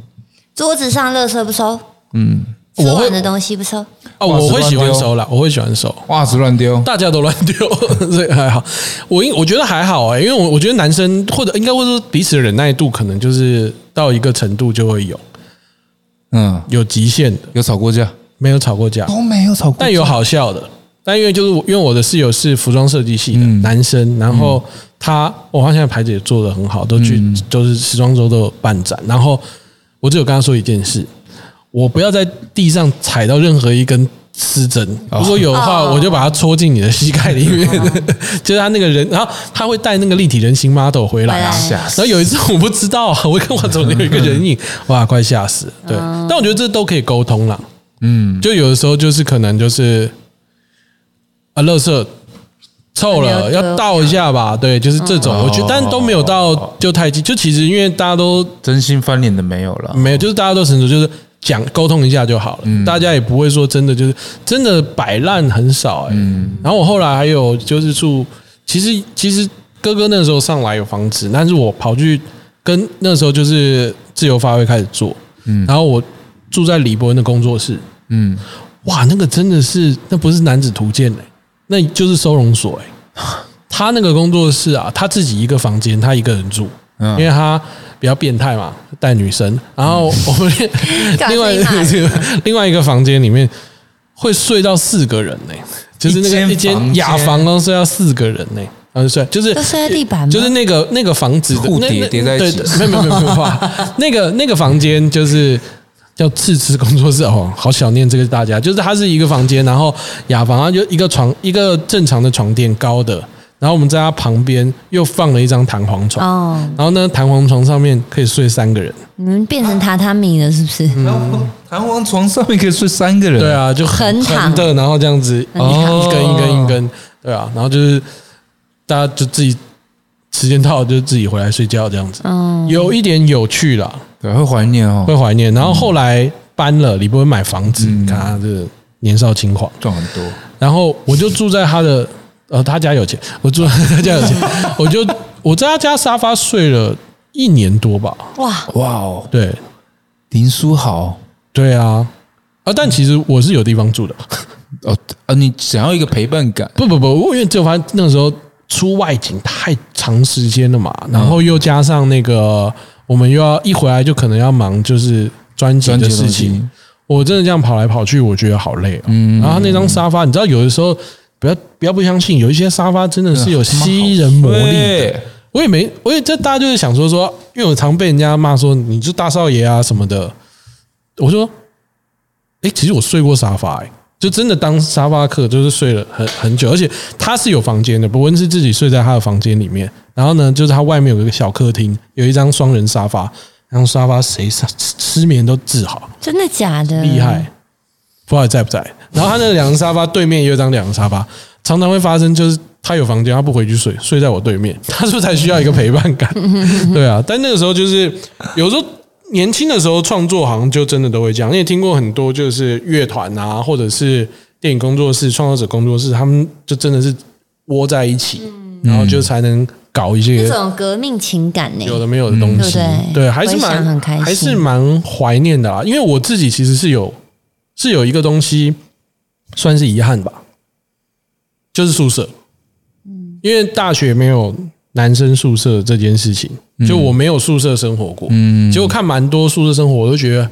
Speaker 2: 桌子上垃圾不收，吃
Speaker 1: 我会
Speaker 2: 完的东西不收，
Speaker 1: 啊，
Speaker 3: 哇
Speaker 1: 我会喜
Speaker 3: 十万
Speaker 1: 欢
Speaker 3: 丢
Speaker 1: 收啦，我会喜欢收。
Speaker 3: 袜子乱丢，
Speaker 1: 大家都乱丢， 所以还好。我应我觉得还好哎、因为我我觉得男生或者应该会说彼此的忍耐度可能就是到一个程度就会有
Speaker 3: 嗯，
Speaker 1: 有极限的，
Speaker 3: 有吵过架？
Speaker 1: 没有吵过架，
Speaker 3: 都没有吵过
Speaker 1: 但有好笑的。但因为就是我因为我的室友是服装设计系的、男生，然后他我发现在牌子也做得很好，都去、都是时装周都有办展。然后我只有跟他说一件事，我不要在地上踩到任何一根丝针，如果有的话，
Speaker 2: 哦
Speaker 1: 我就把它戳进你的膝盖里面。就是他那个人，然后他会带那个立体人形 model 回来啊
Speaker 2: 回来。
Speaker 3: 吓死
Speaker 1: 然后有一次我不知道 啊，我看哇，怎么有一个人影，哇，快吓死了！对，但我觉得这都可以沟通啦。
Speaker 3: 嗯，
Speaker 1: 就有的时候就是可能就是啊，垃圾臭了
Speaker 2: 没有
Speaker 1: 要倒一下吧，对，就是这种，
Speaker 3: 嗯
Speaker 1: 我觉得但都没有到就太激，就其实因为大家都
Speaker 3: 真心翻脸的没有了。
Speaker 1: 没有，就是大家都成熟，就是讲沟通一下就好了，大家也不会说真的就是真的摆烂很少哎、然后我后来还有就是住，其实其实哥哥那时候上来有房子，但是我跑去跟那时候就是自由发挥开始做，然后我住在李伯恩的工作室。
Speaker 3: 嗯，
Speaker 1: 哇，那个真的是，那不是男子图鉴嘞、欸那就是收容所哎、他那个工作室啊，他自己一个房间，他一个人住，
Speaker 3: 嗯
Speaker 1: 因为他比较变态嘛，带女生。然 后我们
Speaker 2: 搞
Speaker 1: 另外
Speaker 2: 自己骂
Speaker 1: 另外一个房间里面会睡到四个人呢、就是那个一
Speaker 3: 一间
Speaker 1: 间
Speaker 3: 房间
Speaker 1: 雅房哦，睡到四个人呢、然后睡就是
Speaker 2: 都睡在地板吗
Speaker 1: 就是那个那个房子的
Speaker 3: 互
Speaker 1: 那
Speaker 3: 叠
Speaker 1: 那
Speaker 3: 叠在一
Speaker 1: 对
Speaker 3: 起
Speaker 1: 对没有没有没有没有 哇，那个那个房间就是叫次次工作室哦，好想念这个大家，就是它是一个房间，然后雅房，然后就一个床，一个正常的床垫高的，然后我们在它旁边又放了一张弹簧床，
Speaker 2: 哦，
Speaker 1: 然后呢，弹簧床上面可以睡三个人。
Speaker 2: 你们变成榻榻米了是不是？
Speaker 1: 嗯
Speaker 3: 弹簧床上面可以睡三个人，
Speaker 1: 对，啊，就横
Speaker 2: 横躺
Speaker 1: 横的，然后这样子一
Speaker 2: 横躺
Speaker 3: 哦
Speaker 1: 一根一根一根，对啊，然后就是大家就自己时间到了就自己回来睡觉这样子，
Speaker 2: 哦，
Speaker 1: 有一点有趣啦，
Speaker 3: 对，会怀念哦
Speaker 1: 会，怀念。然后后来搬了，李波买房子，
Speaker 3: 嗯
Speaker 1: 你看啊他这个年少轻狂，
Speaker 3: 赚很多，
Speaker 1: 然后我就住在他的呃他家有钱，我 住他家有钱，我就我在他家沙发睡了一年多吧，
Speaker 2: 哇，
Speaker 3: 哇哦，
Speaker 1: 对
Speaker 3: 林书豪
Speaker 1: 对啊。啊，但其实我是有地方住的，
Speaker 3: 哦啊，你想要一个陪伴感，
Speaker 1: 不不不，我因为就发现那个时候出外景太长时间了嘛，然后又加上那个我们又要一回来就可能要忙就是专辑
Speaker 3: 专辑
Speaker 1: 的
Speaker 3: 的东
Speaker 1: 事
Speaker 3: 西
Speaker 1: 情，我真的这样跑来跑去，我觉得好累、哦。
Speaker 3: 嗯
Speaker 1: 然后那张沙发，你知道有的时候不要不要不相信，有一些沙发真的是有吸人魔力的。
Speaker 3: 对
Speaker 1: 我也没，我也这大家就是想说说，因为我常被人家骂说你就大少爷啊什么的，我说，哎、其实我睡过沙发、诶就真的当沙发客，就是睡了很很久，而且他是有房间的，伯恩是自己睡在他的房间里面，然后呢，就是他外面有一个小客厅，有一张双人沙发，然后沙发谁失失眠都治好，
Speaker 2: 真的假的？
Speaker 1: 厉害，不知道在不在。然后他那两个沙发对面也有张两个沙发，常常会发生就是他有房间，他不回去睡，睡在我对面， 他是不是才需要一个陪伴感？对啊，但那个时候就是有时候。年轻的时候创作好像就真的都会这样，你也听过很多就是乐团啊，或者是电影工作室、创作者工作室，他们就真的是窝在一起，然后就才能搞一些
Speaker 2: 这种革命情感呢？
Speaker 1: 有的没有的东西，
Speaker 2: 嗯对不对
Speaker 1: 还是
Speaker 2: 回想
Speaker 1: 蛮
Speaker 2: 很开心
Speaker 1: 还是蛮怀念的啦。因为我自己其实是有是有一个东西算是遗憾吧，就是宿舍，
Speaker 2: 嗯
Speaker 1: 因为大学没有男生宿舍这件事情，就我没有宿舍生活过，
Speaker 3: 嗯
Speaker 1: 结果看蛮多宿舍生活，我都觉得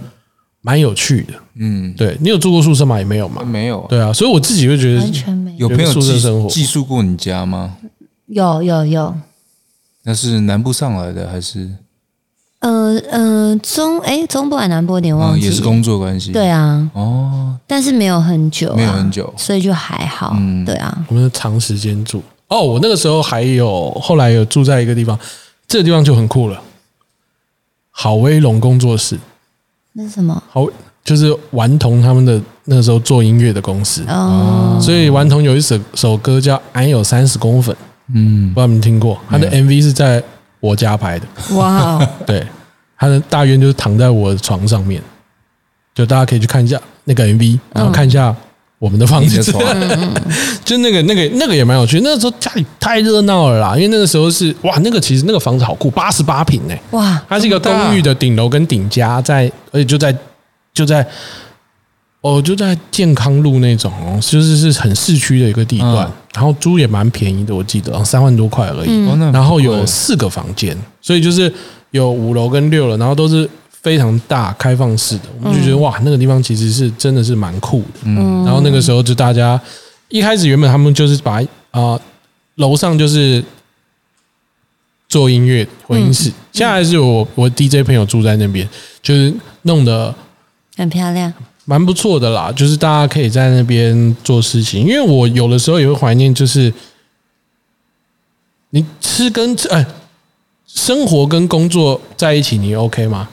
Speaker 1: 蛮有趣的。
Speaker 3: 嗯，
Speaker 1: 对你有住过宿舍吗？也没有嘛。
Speaker 3: 没有，
Speaker 1: 对啊，所以我自己会觉得
Speaker 2: 嗯完全没有，
Speaker 3: 有朋友
Speaker 1: 宿舍生活
Speaker 3: 寄寄宿过你家吗？
Speaker 2: 有有有，
Speaker 3: 那是南部上来的还是
Speaker 2: 呃呃，中哎中部还南部有点
Speaker 3: 啊
Speaker 2: 忘记，
Speaker 3: 也是工作关系？
Speaker 2: 对啊，
Speaker 3: 哦，
Speaker 2: 但是没有很久啊，
Speaker 3: 没有很久嗯
Speaker 2: 所以就还好，对啊，
Speaker 1: 我们是长时间住。哦，我那个时候还有后来有住在一个地方，这个地方就很酷了，好威龙工作室，
Speaker 2: 那什么
Speaker 1: 好就是顽童他们的那时候做音乐的公司，
Speaker 2: 哦，
Speaker 1: 所以顽童有一首首歌叫《俺有三十公分》，
Speaker 3: 嗯
Speaker 1: 不知，道你们听过？他的
Speaker 3: 没
Speaker 1: MV 是在我家拍的，
Speaker 2: 哇哦，
Speaker 1: 对，他的大渊就是躺在我的床上面，就大家可以去看一下那个 MV，然后看一下我们的房
Speaker 3: 你
Speaker 1: 子
Speaker 3: 的，床
Speaker 1: 就那个那个那个也蛮有趣。那个时候家里太热闹了啦，因为那个时候是哇，那个其实那个房子好酷，八十八平哎，
Speaker 2: 哇，
Speaker 1: 它是一个
Speaker 3: 这么大
Speaker 1: 公寓的顶楼跟顶加，在而且就在就在哦就在健康路那种哦，就是是很市区的一个地段，
Speaker 3: 嗯
Speaker 1: 然后租也蛮便宜的，我记得三万多块而已。
Speaker 2: 嗯
Speaker 3: 哦那很
Speaker 1: 嗯然后
Speaker 3: 不
Speaker 1: 有
Speaker 3: 贵
Speaker 1: 四个房间，所以就是有五楼跟六楼，然后都是非常大开放式的，我们就觉得、哇，那个地方其实是真的是蛮酷的。
Speaker 2: 嗯，
Speaker 1: 然后那个时候就大家一开始原本他们就是把啊、呃楼上就是做音乐混音室，现在还是我我 DJ 朋友住在那边，就是弄得
Speaker 2: 很漂亮，
Speaker 1: 蛮不错的啦，就是大家可以在那边做事情，因为我有的时候也会怀念，就是你吃跟吃哎，生活跟工作在一起，你 OK 吗？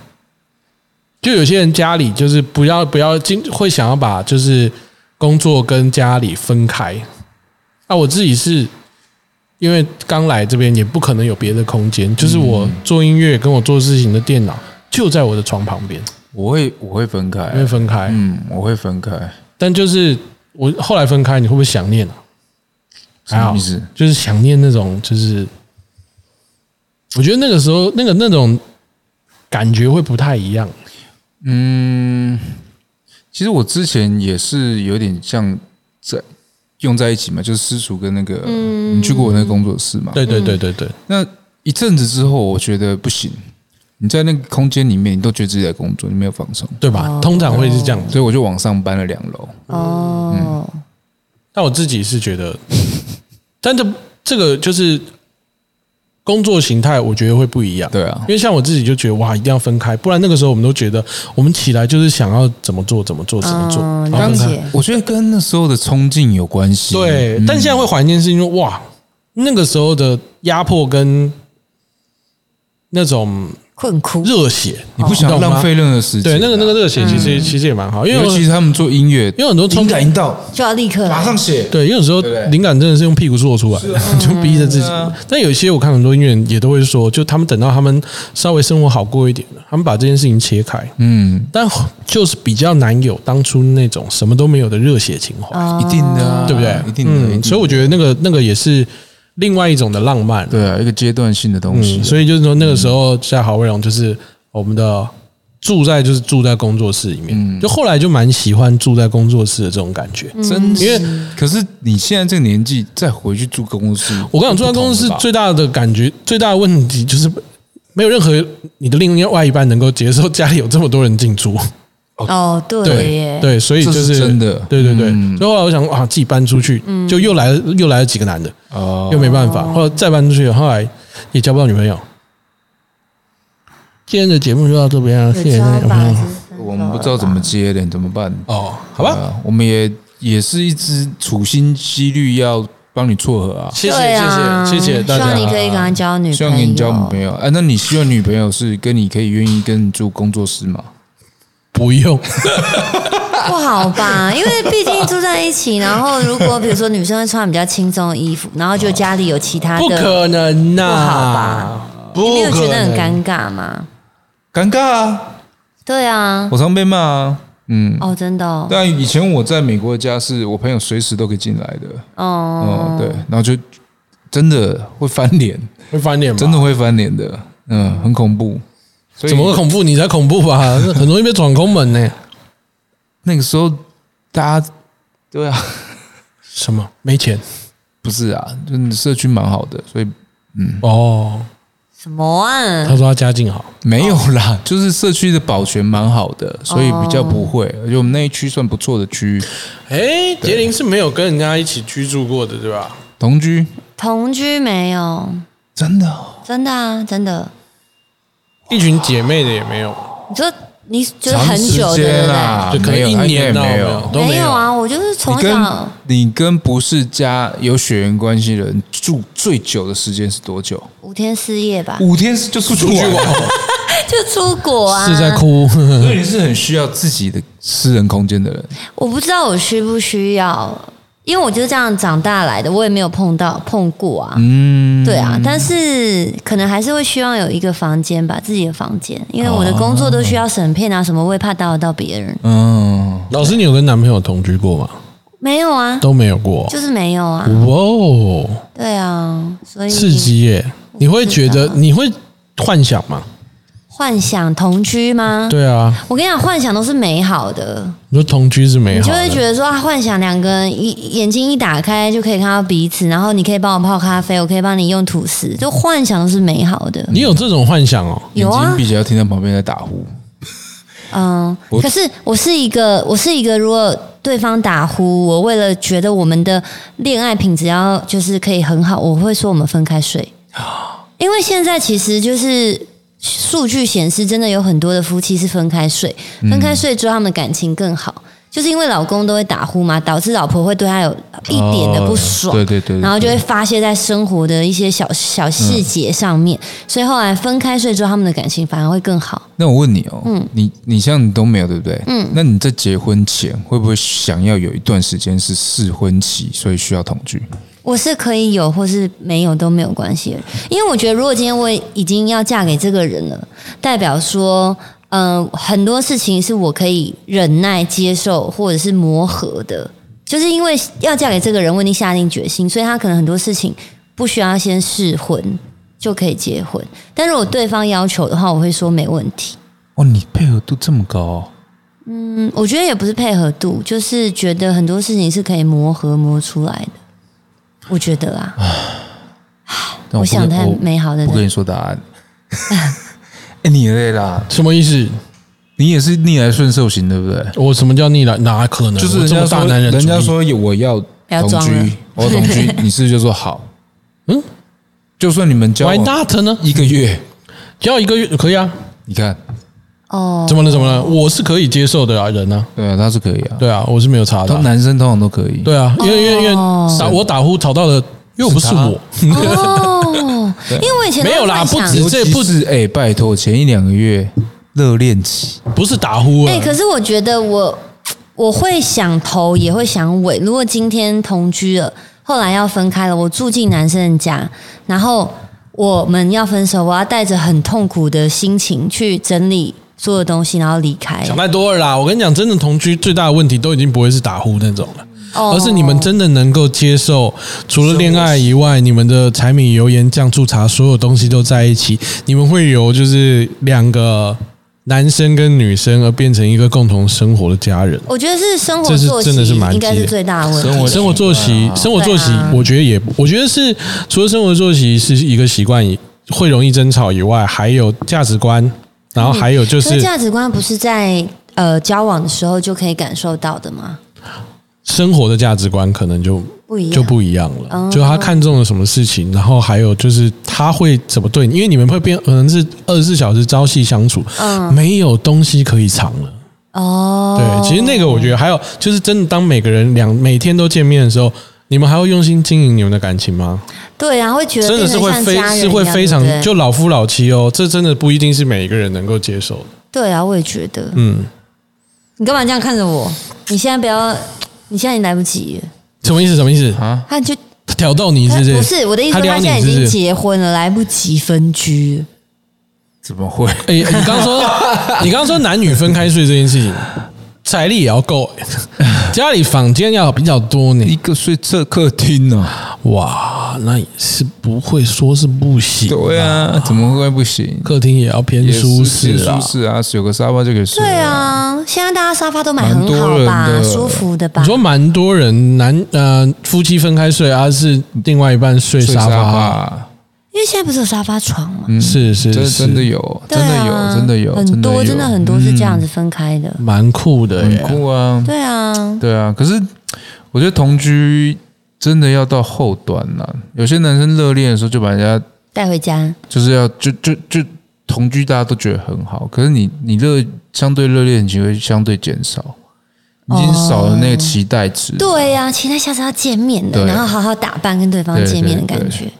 Speaker 1: 就有些人家里就是不要不要经会想要把就是工作跟家里分开，那我自己是因为刚来这边也不可能有别的空间，就是我做音乐跟我做事情的电脑就在我的床旁边，
Speaker 3: 我会我会分开
Speaker 1: 因，为分开，
Speaker 3: 嗯，我会分开，
Speaker 1: 但就是我后来分开，你会不会想念啊？哎
Speaker 3: 什么意思？
Speaker 1: 就是想念那种，就是我觉得那个时候那个那种感觉会不太一样。
Speaker 3: 嗯，其实我之前也是有点像在用在一起嘛，就是私塾跟那个，你去过我那个工作室嘛？
Speaker 1: 对对对对对，
Speaker 3: 那一阵子之后，我觉得不行，你在那个空间里面，你都觉得自己在工作，你没有放松，
Speaker 1: 对吧？通常会是这样子。
Speaker 3: 所以我就往上搬了两楼。
Speaker 2: 哦，
Speaker 3: 嗯
Speaker 1: 但我自己是觉得， 但这这个就是工作形态，我觉得会不一样。
Speaker 3: 对啊
Speaker 1: 因，为像我自己就觉得哇，一定要分开，不然那个时候我们都觉得我们起来就是想要怎么做怎么做怎么做，
Speaker 2: 嗯
Speaker 1: 然后
Speaker 2: 了
Speaker 1: 分开
Speaker 2: 解
Speaker 3: 我觉得跟那时候的冲劲有关系。
Speaker 1: 对，
Speaker 3: 嗯
Speaker 1: 但现在会怀念是因为哇，那个时候的压迫跟那种
Speaker 2: 困苦，
Speaker 1: 热血，
Speaker 3: 你不想
Speaker 1: 哦懂吗
Speaker 3: 哦浪费任何时间。啊嗯
Speaker 1: 对那个那个，热血，其实其实也蛮好，因为
Speaker 3: 尤其
Speaker 1: 因
Speaker 3: 是他们做音乐，
Speaker 1: 为很多冲
Speaker 3: 灵感一到，
Speaker 2: 就要立刻来
Speaker 3: 马上写。
Speaker 1: 对，因为有时候
Speaker 3: 对不对
Speaker 1: 灵感真的是用屁股做出来的， 就逼着自己
Speaker 3: 是啊。
Speaker 1: 但有一些我看很多音乐人也都会说，就他们等到他们稍微生活好过一点了，他们把这件事情切开，
Speaker 3: 嗯，
Speaker 1: 但就是比较难有当初那种什么都没有的热血情怀，
Speaker 3: 一定的啊，
Speaker 1: 对不对？
Speaker 3: 一定的一定
Speaker 1: 嗯，
Speaker 3: 的，
Speaker 1: 所以我觉得那个那个也是另外一种的浪漫。
Speaker 3: 对啊，一个阶段性的东西
Speaker 1: 嗯，。所以就是说那个时候，夏侯卫龙就是我们的住在就是住在工作室里
Speaker 3: 嗯
Speaker 1: 面，就后来就蛮喜欢住在工作室的这种感觉。
Speaker 3: 真
Speaker 1: 因为
Speaker 3: 可是你现在这个年纪再回去住公司，
Speaker 1: 我跟你讲，住在公司
Speaker 3: 不同了吧
Speaker 1: 最大的感觉，最大的问题就是没有任何你的另外一半能够接受家里有这么多人进出。
Speaker 2: 哦，对
Speaker 1: 对
Speaker 2: 耶，
Speaker 1: 对，所以就
Speaker 3: 这是真的
Speaker 1: 对对对。
Speaker 3: 嗯
Speaker 1: 所以后来我想啊，自己搬出去，就又来了又来了几个男的，
Speaker 3: 哦
Speaker 1: 又没办法。后来再搬出去，后来也交不到女朋友。今天的节目就到这边啊，谢谢
Speaker 2: 有
Speaker 1: 大
Speaker 2: 交
Speaker 1: 家。
Speaker 2: 吧
Speaker 1: 嗯
Speaker 2: 就是
Speaker 3: 我们不知道怎么接的，怎么办？
Speaker 1: 哦，好
Speaker 3: 对
Speaker 1: 吧，
Speaker 3: 啊，我们也也是一直处心积虑要帮你撮合啊，
Speaker 1: 谢谢
Speaker 2: 对啊
Speaker 1: 谢谢谢谢大
Speaker 2: 希望你
Speaker 1: 家。
Speaker 2: 可以赶快交女
Speaker 3: 希
Speaker 2: 朋
Speaker 3: 望
Speaker 2: 友，
Speaker 3: 给你交女朋友。哎、那你希望女朋友是跟你可以愿意跟你住工作室吗？
Speaker 1: 不用，
Speaker 2: 不好吧？因为毕竟住在一起，然后如果比如说女生会穿比较轻松的衣服，然后就家里有其他
Speaker 1: 不
Speaker 2: 的，
Speaker 1: 可能呐、
Speaker 2: 不好吧？
Speaker 1: 不
Speaker 2: 你没有
Speaker 1: 可
Speaker 2: 觉得很
Speaker 1: 能
Speaker 2: 尴尬吗？
Speaker 3: 尴尬啊，
Speaker 2: 对啊，
Speaker 3: 我常被骂啊。嗯，
Speaker 2: 哦，真的哦，
Speaker 3: 但以前我在美国的家是我朋友随时都可以进来的，
Speaker 2: 哦
Speaker 3: 哦、，对，然后就真的会翻脸，
Speaker 1: 会翻脸吗？
Speaker 3: 真的会翻脸的，嗯，很恐怖。所以
Speaker 1: 怎么会恐怖？你才恐怖 吧？很容易被闯空门呢、
Speaker 3: 那个时候大家对啊，
Speaker 1: 什么？没钱
Speaker 3: 不是啊，就是社区蛮好的，所以嗯
Speaker 1: 哦？
Speaker 2: 什么啊？
Speaker 1: 他说他家境好，
Speaker 3: 没有啦，就是社区的保全蛮好的，所以比较不会。而且我们那一区算不错的区，
Speaker 1: 哎、杰林是没有跟人家一起居住过的，对吧？
Speaker 3: 同居
Speaker 2: 同居没有，
Speaker 3: 真的哦
Speaker 2: 真的啊，真的。
Speaker 1: 一群姐妹的也没有，
Speaker 2: 你说你就是
Speaker 3: 长
Speaker 2: 很
Speaker 3: 时
Speaker 2: 久的，对
Speaker 3: 间
Speaker 2: 不对？
Speaker 3: 啦，
Speaker 1: 就可能
Speaker 3: 啊没有
Speaker 1: 一年
Speaker 3: 他
Speaker 1: 到
Speaker 3: 也没
Speaker 1: 有
Speaker 3: 有。
Speaker 1: 都
Speaker 2: 没
Speaker 1: 有
Speaker 2: 有。啊，我就是
Speaker 3: 你
Speaker 2: 从
Speaker 3: 跟
Speaker 2: 小
Speaker 3: 你跟不是家有血缘关系的人住最久的时间是多久？
Speaker 2: 五天四夜吧，
Speaker 3: 五天就出去玩，
Speaker 2: 就出国啊。
Speaker 1: 是在哭，
Speaker 3: 所以你是很需要自己的私人空间的人。
Speaker 2: 我不知道我需不需要，因为我就是这样长大来的，我也没有碰到碰过啊。
Speaker 3: 嗯，
Speaker 2: 对啊，但是可能还是会希望有一个房间吧，自己的房间，因为我的工作都需要审片啊，什么我也怕打扰到别人。
Speaker 3: 嗯，
Speaker 1: 老师，你有跟男朋友同居过吗？
Speaker 2: 没有啊，
Speaker 1: 都没有过。
Speaker 2: 就是没有啊，
Speaker 1: 哇哦，
Speaker 2: 对啊，所以
Speaker 1: 刺激
Speaker 2: 嗯
Speaker 1: 耶！你会觉得你会幻想吗？
Speaker 2: 幻想同居吗？
Speaker 1: 对啊，
Speaker 2: 我跟你讲，幻想都是美好的，
Speaker 1: 你说同居是美
Speaker 2: 你
Speaker 1: 好
Speaker 2: 就
Speaker 1: 的，
Speaker 2: 会觉得说，啊，幻想两个人一眼睛一打开就可以看到彼此，然后你可以帮我泡咖啡，我可以帮你用吐司，就幻想是美好的。
Speaker 1: 你有这种幻想哦？
Speaker 2: 有
Speaker 3: 眼
Speaker 2: 啊
Speaker 3: 睛，闭起来听到旁边在打呼，
Speaker 2: 嗯，
Speaker 3: 我
Speaker 2: 可是我是一个，我是一个，如果对方打呼，我为了觉得我们的恋爱品质要就是可以很好，我会说我们分开睡，因为现在其实就是。数据显示，真的有很多的夫妻是分开睡，
Speaker 3: 嗯
Speaker 2: 分开睡之后他们感情更好，就是因为老公都会打呼嘛，导致老婆会对他有一点的不爽。
Speaker 3: 哦对对对嗯对
Speaker 2: 然后就会发泄在生活的一些小小细节上面，所以后来分开睡之后，他们的感情反而会更好。
Speaker 3: 那我问你哦，
Speaker 2: 嗯
Speaker 3: 你你像你都没有对不对？嗯，那你在结婚前会不会想要有一段时间是试婚期，所以需要同居？
Speaker 2: 我是可以有或是没有都没有关系的，因为我觉得如果今天我已经要嫁给这个人了，代表说，嗯、很多事情是我可以忍耐、接受或者是磨合的，就是因为要嫁给这个人，我已经下定决心，所以他可能很多事情不需要先试婚就可以结婚。但如果对方要求的话，我会说没问题。
Speaker 3: 哦，你配合度这么高、哦，
Speaker 2: 嗯，我觉得也不是配合度，就是觉得很多事情是可以磨合磨出来的，我觉得啊。我
Speaker 3: 但不
Speaker 2: 想
Speaker 3: 跟
Speaker 2: 太
Speaker 3: 我
Speaker 2: 美好的
Speaker 3: 不跟
Speaker 2: 人。
Speaker 3: 你说答案。 哎、你也累啦，
Speaker 1: 什么意思？
Speaker 3: 你也是逆来顺受型，对不对？
Speaker 1: 我什么叫逆来？哪可能？
Speaker 3: 就是
Speaker 1: 我
Speaker 3: 人
Speaker 1: 这
Speaker 3: 家
Speaker 1: 么大
Speaker 3: 说，
Speaker 1: 男人主义，
Speaker 3: 人家说我要
Speaker 2: 要
Speaker 3: 同
Speaker 2: 装了
Speaker 3: 居，我要同 居，你是不是就说好？
Speaker 1: 嗯
Speaker 3: 就算你们交
Speaker 1: ，Why
Speaker 3: 往
Speaker 1: not 呢？
Speaker 3: 一个月，
Speaker 1: 交一个月可以啊？
Speaker 3: 你看，
Speaker 2: 哦，
Speaker 1: 怎么了？怎么了？我是可以接受的啊，人啊，
Speaker 3: 对啊，他是可以啊，
Speaker 1: 对啊，我是没有差的
Speaker 3: 当
Speaker 1: 啊、
Speaker 3: 男生通常都可以，
Speaker 1: 对啊，因为因为因为
Speaker 2: 哦
Speaker 1: 打我打呼吵到了因为我不是
Speaker 3: 是他
Speaker 1: 我，
Speaker 2: 哦，因为我以前都
Speaker 1: 没有啦
Speaker 2: 幻想
Speaker 1: 不止这不
Speaker 3: 尤其是哎、拜托，前一两个月热恋期，
Speaker 1: 不是打呼啊
Speaker 2: 哎、。可是我觉得我我会想头，也会想尾。如果今天同居了，后来要分开了，我住进男生的家，然后我们要分手，我要带着很痛苦的心情去整理所有东西，然后离开。
Speaker 1: 想太多了啦！我跟你讲，真的同居最大的问题都已经不会是打呼那种了，
Speaker 2: 哦
Speaker 1: 而是你们真的能够接受，除了恋爱以外，你们的柴米油盐酱醋茶所有东西都在一起，你们会有就是两个男生跟女生而变成一个共同生活的家人。
Speaker 2: 我觉得是生活
Speaker 1: 这是
Speaker 2: 作息
Speaker 1: 真的是蛮
Speaker 2: 应该
Speaker 1: 急
Speaker 2: 是
Speaker 1: 的
Speaker 2: 最大的问题。
Speaker 1: 生活作息，生活作息
Speaker 2: 对啊，
Speaker 1: 我觉得也，我觉得是除了生活作息是一个习惯以，会容易争吵以外，还有价值观，然后还有就
Speaker 2: 嗯可
Speaker 1: 是
Speaker 2: 价值观不是在呃交往的时候就可以感受到的吗？
Speaker 1: 生活的价值观可能就
Speaker 2: 不一样，
Speaker 1: 就不一样
Speaker 2: 哦
Speaker 1: 了，就他看中了什么事情，然后还有就是他会怎么对你，因为你们会变，可能是二十四小时朝夕相处，
Speaker 2: 嗯
Speaker 1: 没有东西可以藏了。
Speaker 2: 哦。
Speaker 1: 对，其实那个我觉得还有就是真的，当每个人两每天都见面的时候，你们还会用心经营你们的感情吗？
Speaker 2: 对啊，会觉得
Speaker 1: 真的是会
Speaker 2: 变得
Speaker 1: 非
Speaker 2: 像家人
Speaker 1: 是会
Speaker 2: 一样
Speaker 1: 非常
Speaker 2: 对不对
Speaker 1: 就老夫老妻哦，这真的不一定是每一个人能够接受的。
Speaker 2: 对啊，我也觉得。
Speaker 1: 嗯，
Speaker 2: 你干嘛这样看着我？你现在不要，你现在也来不及了。
Speaker 1: 什么意思？什么意思？
Speaker 3: 啊，
Speaker 2: 他就
Speaker 1: 他挑逗你是
Speaker 2: 他
Speaker 1: 不是？
Speaker 2: 不是我的意思，
Speaker 1: 他
Speaker 2: 他
Speaker 1: 撩
Speaker 2: 现
Speaker 1: 你
Speaker 2: 在已
Speaker 1: 是
Speaker 2: 经
Speaker 1: 不是？
Speaker 2: 结婚了，来不及分居。
Speaker 3: 怎么会？
Speaker 1: 哎、你刚刚说你刚刚说男女分开睡这件事情，财力也要够、家里房间要比较多
Speaker 3: 一
Speaker 1: 呢。
Speaker 3: 个睡这客厅呢、啊？
Speaker 1: 哇，那也是不会说是不行、
Speaker 3: 对，啊，怎么会不行？
Speaker 1: 客厅也要偏
Speaker 3: 也
Speaker 1: 舒
Speaker 3: 是
Speaker 1: 适
Speaker 3: 舒
Speaker 1: 啦。
Speaker 3: 适啊，有个沙发就可以睡。
Speaker 2: 对，啊，现在大家沙发都买
Speaker 3: 蛮
Speaker 2: 很
Speaker 3: 多
Speaker 2: 好
Speaker 3: 人
Speaker 2: 吧，
Speaker 3: 的
Speaker 2: 舒服的吧
Speaker 1: 你？说蛮多人男呃夫妻分开睡，而、啊是另外一半睡
Speaker 3: 睡
Speaker 1: 沙
Speaker 3: 沙
Speaker 1: 发，
Speaker 3: 发，嗯
Speaker 2: 因为现在不是有沙发床吗？
Speaker 1: 是是
Speaker 3: 真
Speaker 1: 是，
Speaker 3: 真的有，
Speaker 2: 对
Speaker 3: 真的
Speaker 2: 啊
Speaker 3: 有，真的有，
Speaker 2: 很多
Speaker 3: 有嗯
Speaker 2: 真的很多是这样子分开的。
Speaker 1: 蛮酷的耶，
Speaker 3: 很酷啊，
Speaker 2: 对啊，
Speaker 3: 对啊。可是我觉得同居真的要到后端了、有些男生热恋的时候就把人家
Speaker 2: 带回家。
Speaker 3: 就是要就就就同居，大家都觉得很好，可是你你热相对热恋期会相对减少，已经少了那个期待值。
Speaker 2: 哦对呀、期待下次要见面的，
Speaker 3: 对
Speaker 2: 然后好好打扮，跟对方
Speaker 3: 对
Speaker 2: 见面的感
Speaker 3: 对对
Speaker 2: 觉。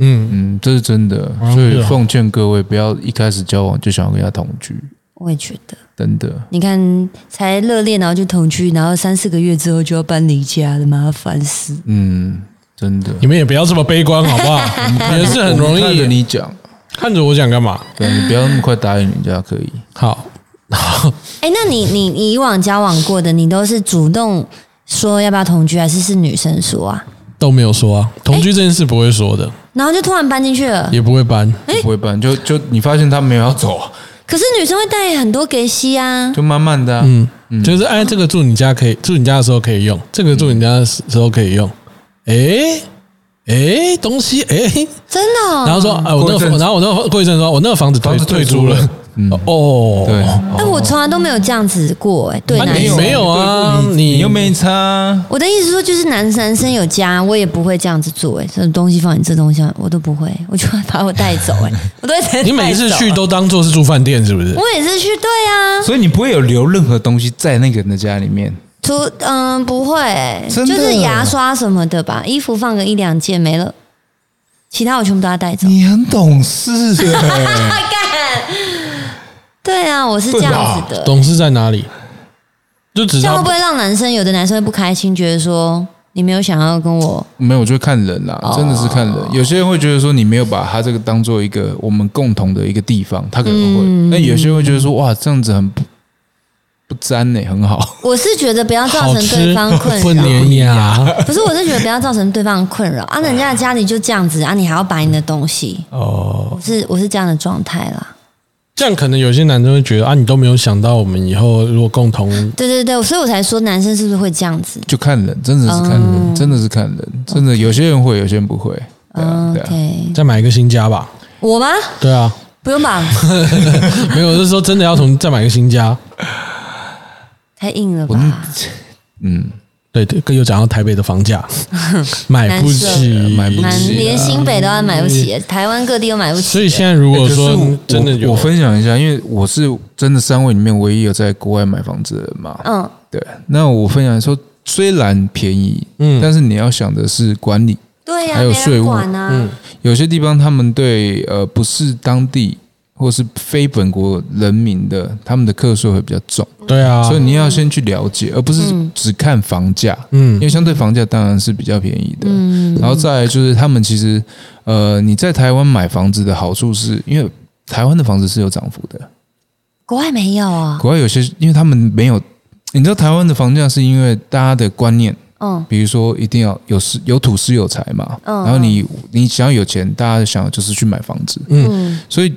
Speaker 1: 嗯，
Speaker 3: 嗯，这是真的，
Speaker 1: 啊
Speaker 3: 所
Speaker 1: 是
Speaker 3: 以
Speaker 1: 啊
Speaker 3: 奉劝各位不要一开始交往就想要跟他同居，
Speaker 2: 我也觉得，
Speaker 3: 真的。
Speaker 2: 你看才热恋，然后就同居，然后三四个月之后就要搬离家了，麻烦死。
Speaker 3: 嗯，真的。
Speaker 1: 你们也不要这么悲观好不好？也是很容
Speaker 3: 我们看着
Speaker 1: 易
Speaker 3: 你讲，
Speaker 1: 看着我讲干嘛？
Speaker 3: 对你不要那么快答应人家，可以。
Speaker 1: 好，
Speaker 2: 哎，那你你你以往交往过的，你都是主动说要不要同居，还是是女生说啊？
Speaker 1: 都没有说啊，同居这件事不会说的，
Speaker 2: 然后就突然搬进去了。
Speaker 1: 也不会搬。
Speaker 3: 不会办，就就你发现他没有要走，
Speaker 2: 可是女生会带很多给息啊，
Speaker 3: 就慢慢的、啊，
Speaker 1: 嗯，就是哎，这个住你家可以，住你家的时候可以用，这个住你家的时候可以用。哎哎，东西哎，
Speaker 2: 真的、哦。
Speaker 1: 然后说，哎，我那
Speaker 3: 过一阵
Speaker 1: 个，
Speaker 3: 子
Speaker 1: 然后我那个过一阵子说，我那个房子退
Speaker 3: 房子
Speaker 1: 退
Speaker 3: 退
Speaker 1: 租
Speaker 3: 租了
Speaker 1: 了。哦，
Speaker 3: 对，
Speaker 2: 哎，我从来都没有这样子过、哎，对
Speaker 1: 啊
Speaker 2: 男
Speaker 1: 你
Speaker 2: 生。
Speaker 1: 没有啊，
Speaker 3: 你
Speaker 1: 你
Speaker 3: 又没差啊，
Speaker 2: 我的意思说，就是男男生有家，我也不会这样子做、哎，这种东西放你这东西放，我都不会，我就会把我带走、哎，我都会 直接带走啊
Speaker 1: 你每一次去，都当做是住饭店是不是？
Speaker 2: 我每次去，对啊，
Speaker 3: 所以你不会有留任何东西在那个人的家里面。
Speaker 2: 除嗯不会、哎
Speaker 3: 真
Speaker 2: 就
Speaker 3: 的
Speaker 2: 是牙刷什么的吧，衣服放个一两件没了，其他我全部都要带走。
Speaker 3: 你很懂事哎、
Speaker 2: 对啊，我是这样子的，
Speaker 1: 懂事在哪里？就只是
Speaker 2: 这样
Speaker 1: 他
Speaker 2: 会不会让男生有的男生会不开心，觉得说你没有想要跟我？
Speaker 3: 没有，我觉得看人啦、啊真的是看人。有些人会觉得说你没有把他这个当做一个我们共同的一个地方，他可能会；那、有些人会觉得说哇，这样子很不不沾呢、很好。
Speaker 2: 我是觉得不要造
Speaker 1: 好
Speaker 2: 成对
Speaker 1: 吃
Speaker 2: 方 困
Speaker 1: 不
Speaker 2: 扰，
Speaker 1: 粘牙。
Speaker 2: 不是，我是觉得不要造成对方的困扰啊，人家的家里就这样子啊，你还要摆你的东西，
Speaker 1: 哦，
Speaker 2: 我是我是这样的状态啦。
Speaker 1: 这样可能有些男生会觉得啊，你都没有想到我们以后如果共同，
Speaker 2: 对对对，所以我才说男生是不是会这样子？
Speaker 3: 就看人，真的是看人，真的是看人，真的有些人会，有些人不会。对啊，对
Speaker 2: 嗯
Speaker 3: 啊，
Speaker 2: OK，
Speaker 1: 再买一个新家吧。
Speaker 2: 我吗？
Speaker 1: 对啊，
Speaker 2: 不用吧，
Speaker 1: 没有，我是说真的要从再买一个新家。
Speaker 2: 太硬了
Speaker 3: 我
Speaker 2: 吧？
Speaker 3: 嗯，
Speaker 1: 对对，又讲到台北的房价，买不起，
Speaker 3: 买不
Speaker 2: 难，
Speaker 3: 起
Speaker 2: 连新北都要买不起，台湾各地都买不起。
Speaker 1: 所以现在如
Speaker 3: 欸
Speaker 1: 果
Speaker 3: 可是
Speaker 1: 说嗯
Speaker 3: 我
Speaker 1: 真的
Speaker 3: 我
Speaker 1: 有，
Speaker 3: 分享一下，因为我是真的三位里面唯一有在国外买房子的人嘛。
Speaker 2: 嗯，
Speaker 3: 对，那我分享说，虽然便宜，
Speaker 1: 嗯
Speaker 3: 但是你要想的是管理，
Speaker 2: 对呀、
Speaker 3: 还有
Speaker 2: 没人
Speaker 3: 税务
Speaker 2: 管啊，
Speaker 3: 有些地方他们对呃不是当地或是非本国人民的，他们的课税会比较重，
Speaker 1: 对啊，
Speaker 3: 所以你要先去了解，而不是只看房价，因
Speaker 1: 嗯
Speaker 3: 为相对房价当然是比较便宜的。然后再来就是他们其实呃你在台湾买房子的好处是因为台湾的房子是有涨幅的，
Speaker 2: 国外没有啊，
Speaker 3: 国外有些因为他们没有，你知道台湾的房价是因为大家的观念。
Speaker 2: 嗯
Speaker 3: 比如说一定要有是有土是有财嘛，
Speaker 2: 嗯
Speaker 3: 然后你你想要有钱，大家想要就是去买房子，
Speaker 2: 嗯，
Speaker 3: 所以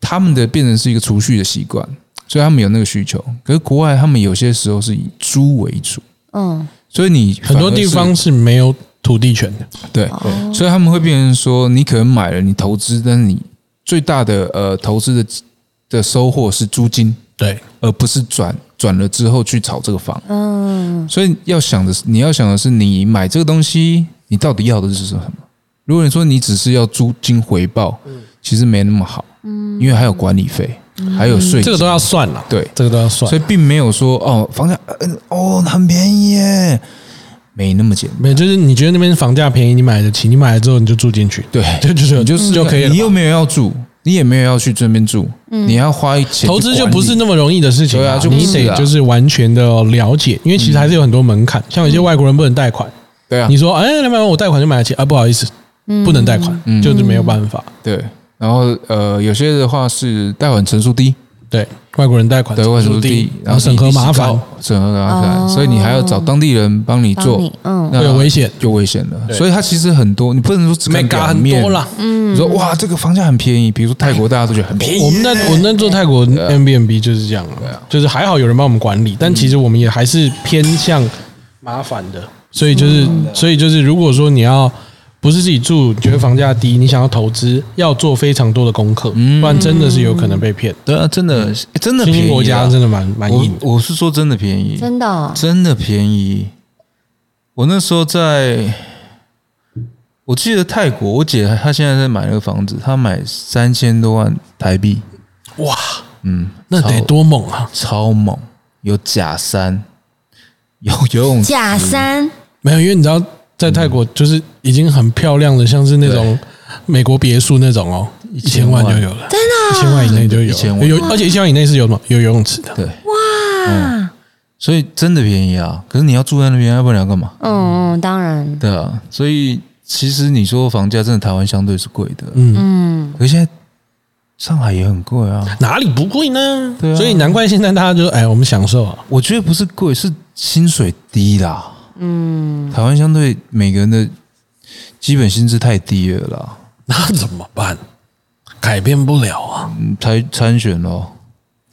Speaker 3: 他们的变成是一个储蓄的习惯，所以他们有那个需求。可是国外他们有些时候是以租为主，
Speaker 2: 嗯，
Speaker 3: 所以你
Speaker 1: 很多
Speaker 3: 反而是
Speaker 1: 地方是没有土地权的，
Speaker 3: 对，
Speaker 2: 哦
Speaker 3: 所以他们会变成说，你可能买了你投资，但是你最大的呃投资的的收获是租金，
Speaker 1: 对，
Speaker 3: 而不是转转了之后去炒这个房。
Speaker 2: 嗯，
Speaker 3: 所以要想的是，你要想的是，你买这个东西，你到底要的是什么？如果你说你只是要租金回报，其实没那么好，因为还有管理费，还有税金，
Speaker 1: 这个都要算了，
Speaker 3: 对
Speaker 1: 这个都要算
Speaker 3: 所，以并没有说哦，房价嗯哦很便宜耶，没那么简单。
Speaker 1: 没有就是你觉得那边房价便宜，你买得起，你买了之后你就住进去，
Speaker 3: 对，
Speaker 1: 就就是
Speaker 3: 你就是
Speaker 1: 就可以了
Speaker 3: 你
Speaker 1: 嘛。
Speaker 3: 又没有要住，你也没有要去这边住，你要花钱
Speaker 1: 投资就不是
Speaker 3: 那
Speaker 1: 那么容易的事情、
Speaker 3: 对啊就不
Speaker 1: 你
Speaker 3: 是
Speaker 1: 得
Speaker 3: 啊
Speaker 1: 就是完全的了解，因为其实还是有很多门
Speaker 3: 嗯
Speaker 1: 槛，像有些外国人不能贷款，
Speaker 3: 对啊
Speaker 1: 你，说哎两百万我贷款就买得起啊，不好意思，不能贷款，就是没有办法。
Speaker 3: 对。然后呃，有些的话是贷款成数低，
Speaker 1: 对，外国人贷款
Speaker 3: 啊对，外租
Speaker 1: 出
Speaker 3: 地，
Speaker 1: 然后审核麻烦，，
Speaker 3: 审核麻
Speaker 2: 哦
Speaker 3: 烦，所以你还要找当地人帮你做
Speaker 2: 帮你，嗯
Speaker 3: 那
Speaker 1: 会有危险
Speaker 3: 就危险了。
Speaker 1: 对
Speaker 3: 所以它其实很多，你不能说只看表
Speaker 1: 很
Speaker 3: 面
Speaker 1: 多啦。。
Speaker 3: 嗯，你说哇，这个房价很便宜，比如说泰国，大家都觉得很便宜。
Speaker 1: 我们那我那做泰国 M B M B 就是这样啊，就是还好有人帮我们管理，但其实我们也还是偏向麻烦的，所以就是所以就是，如果说你要不是自己住，你觉得房价低，你想要投资，要做非常多的功课，不然真的是有可能被骗。
Speaker 4: 对啊，真的，诶真的
Speaker 1: 新
Speaker 4: 便
Speaker 1: 兴
Speaker 4: 宜啊。
Speaker 1: 国家真的蛮蛮
Speaker 4: 我
Speaker 1: 硬的，
Speaker 4: 我是说真的便宜，
Speaker 2: 真的哦、
Speaker 4: 真的便宜。我那时候在，我记得泰国，我姐她现在在买那个房子，她买三千多万台币，
Speaker 1: 哇，
Speaker 4: 嗯，
Speaker 1: 那得多猛啊！
Speaker 4: 超猛，有假山，有游泳池，
Speaker 2: 假山，
Speaker 1: 没有，因为你知道，在泰
Speaker 4: 嗯
Speaker 1: 国就是已经很漂亮的，像是那种美国别墅那种哦，一千万就有了，真的，一啊千万以内就有了，
Speaker 4: 1000万
Speaker 1: 有，而且一千万以内是有什么有游泳池的，
Speaker 4: 对，嗯
Speaker 2: 啊，
Speaker 4: 所以真的便宜啊。可是你要住在那边，要不然你要干嘛？
Speaker 2: 嗯嗯，当然，
Speaker 4: 对啊，所以其实你说房价真的台湾相对是贵的，
Speaker 1: 嗯，
Speaker 2: 嗯，
Speaker 4: 可是现在上海也很贵啊。
Speaker 1: 哪里不贵呢？
Speaker 4: 对啊
Speaker 1: 所以难怪现在大家就哎，我们享受啊，
Speaker 4: 我觉得不是贵，是薪水低啦。嗯，台湾相对每个人的基本薪资太低了啦。
Speaker 1: 那怎么办？改变不了啊！
Speaker 4: 嗯，才参选咯，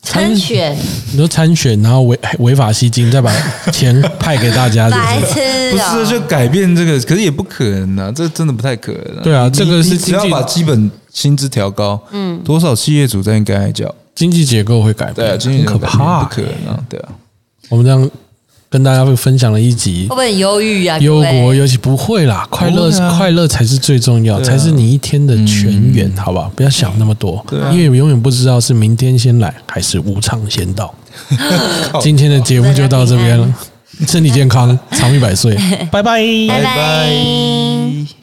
Speaker 2: 参选
Speaker 1: 你说参选，然后违违法吸金，再把钱派给大 家，
Speaker 2: 白
Speaker 1: 是不是
Speaker 2: 痴
Speaker 4: 不
Speaker 2: 啊、
Speaker 4: 是就改变这个，可是也不可能啊，这真的不太可能、啊。
Speaker 1: 对啊
Speaker 4: 你
Speaker 1: 这个是
Speaker 4: 你只要
Speaker 1: 经济
Speaker 4: 把基本薪资调高，嗯，多少企业主在应该缴？
Speaker 1: 经济结构会改变，
Speaker 4: 对啊，今天
Speaker 1: 很可怕
Speaker 4: 不可能啊，对啊。
Speaker 1: 我们这样跟大家分享了一集
Speaker 2: 会，不会很忧郁 啊？
Speaker 1: 忧
Speaker 2: 各位
Speaker 1: 国忧其不会啊啦，快乐、
Speaker 4: 不会啊
Speaker 1: 快乐才是最重要，才是你一天的全员，好不好？不要想那么多，因为永远不知道是明天先来还是无常先到。今天的节目就到这边了，身体健康，长命百岁，拜拜。
Speaker 4: 拜
Speaker 2: 拜拜。
Speaker 4: 拜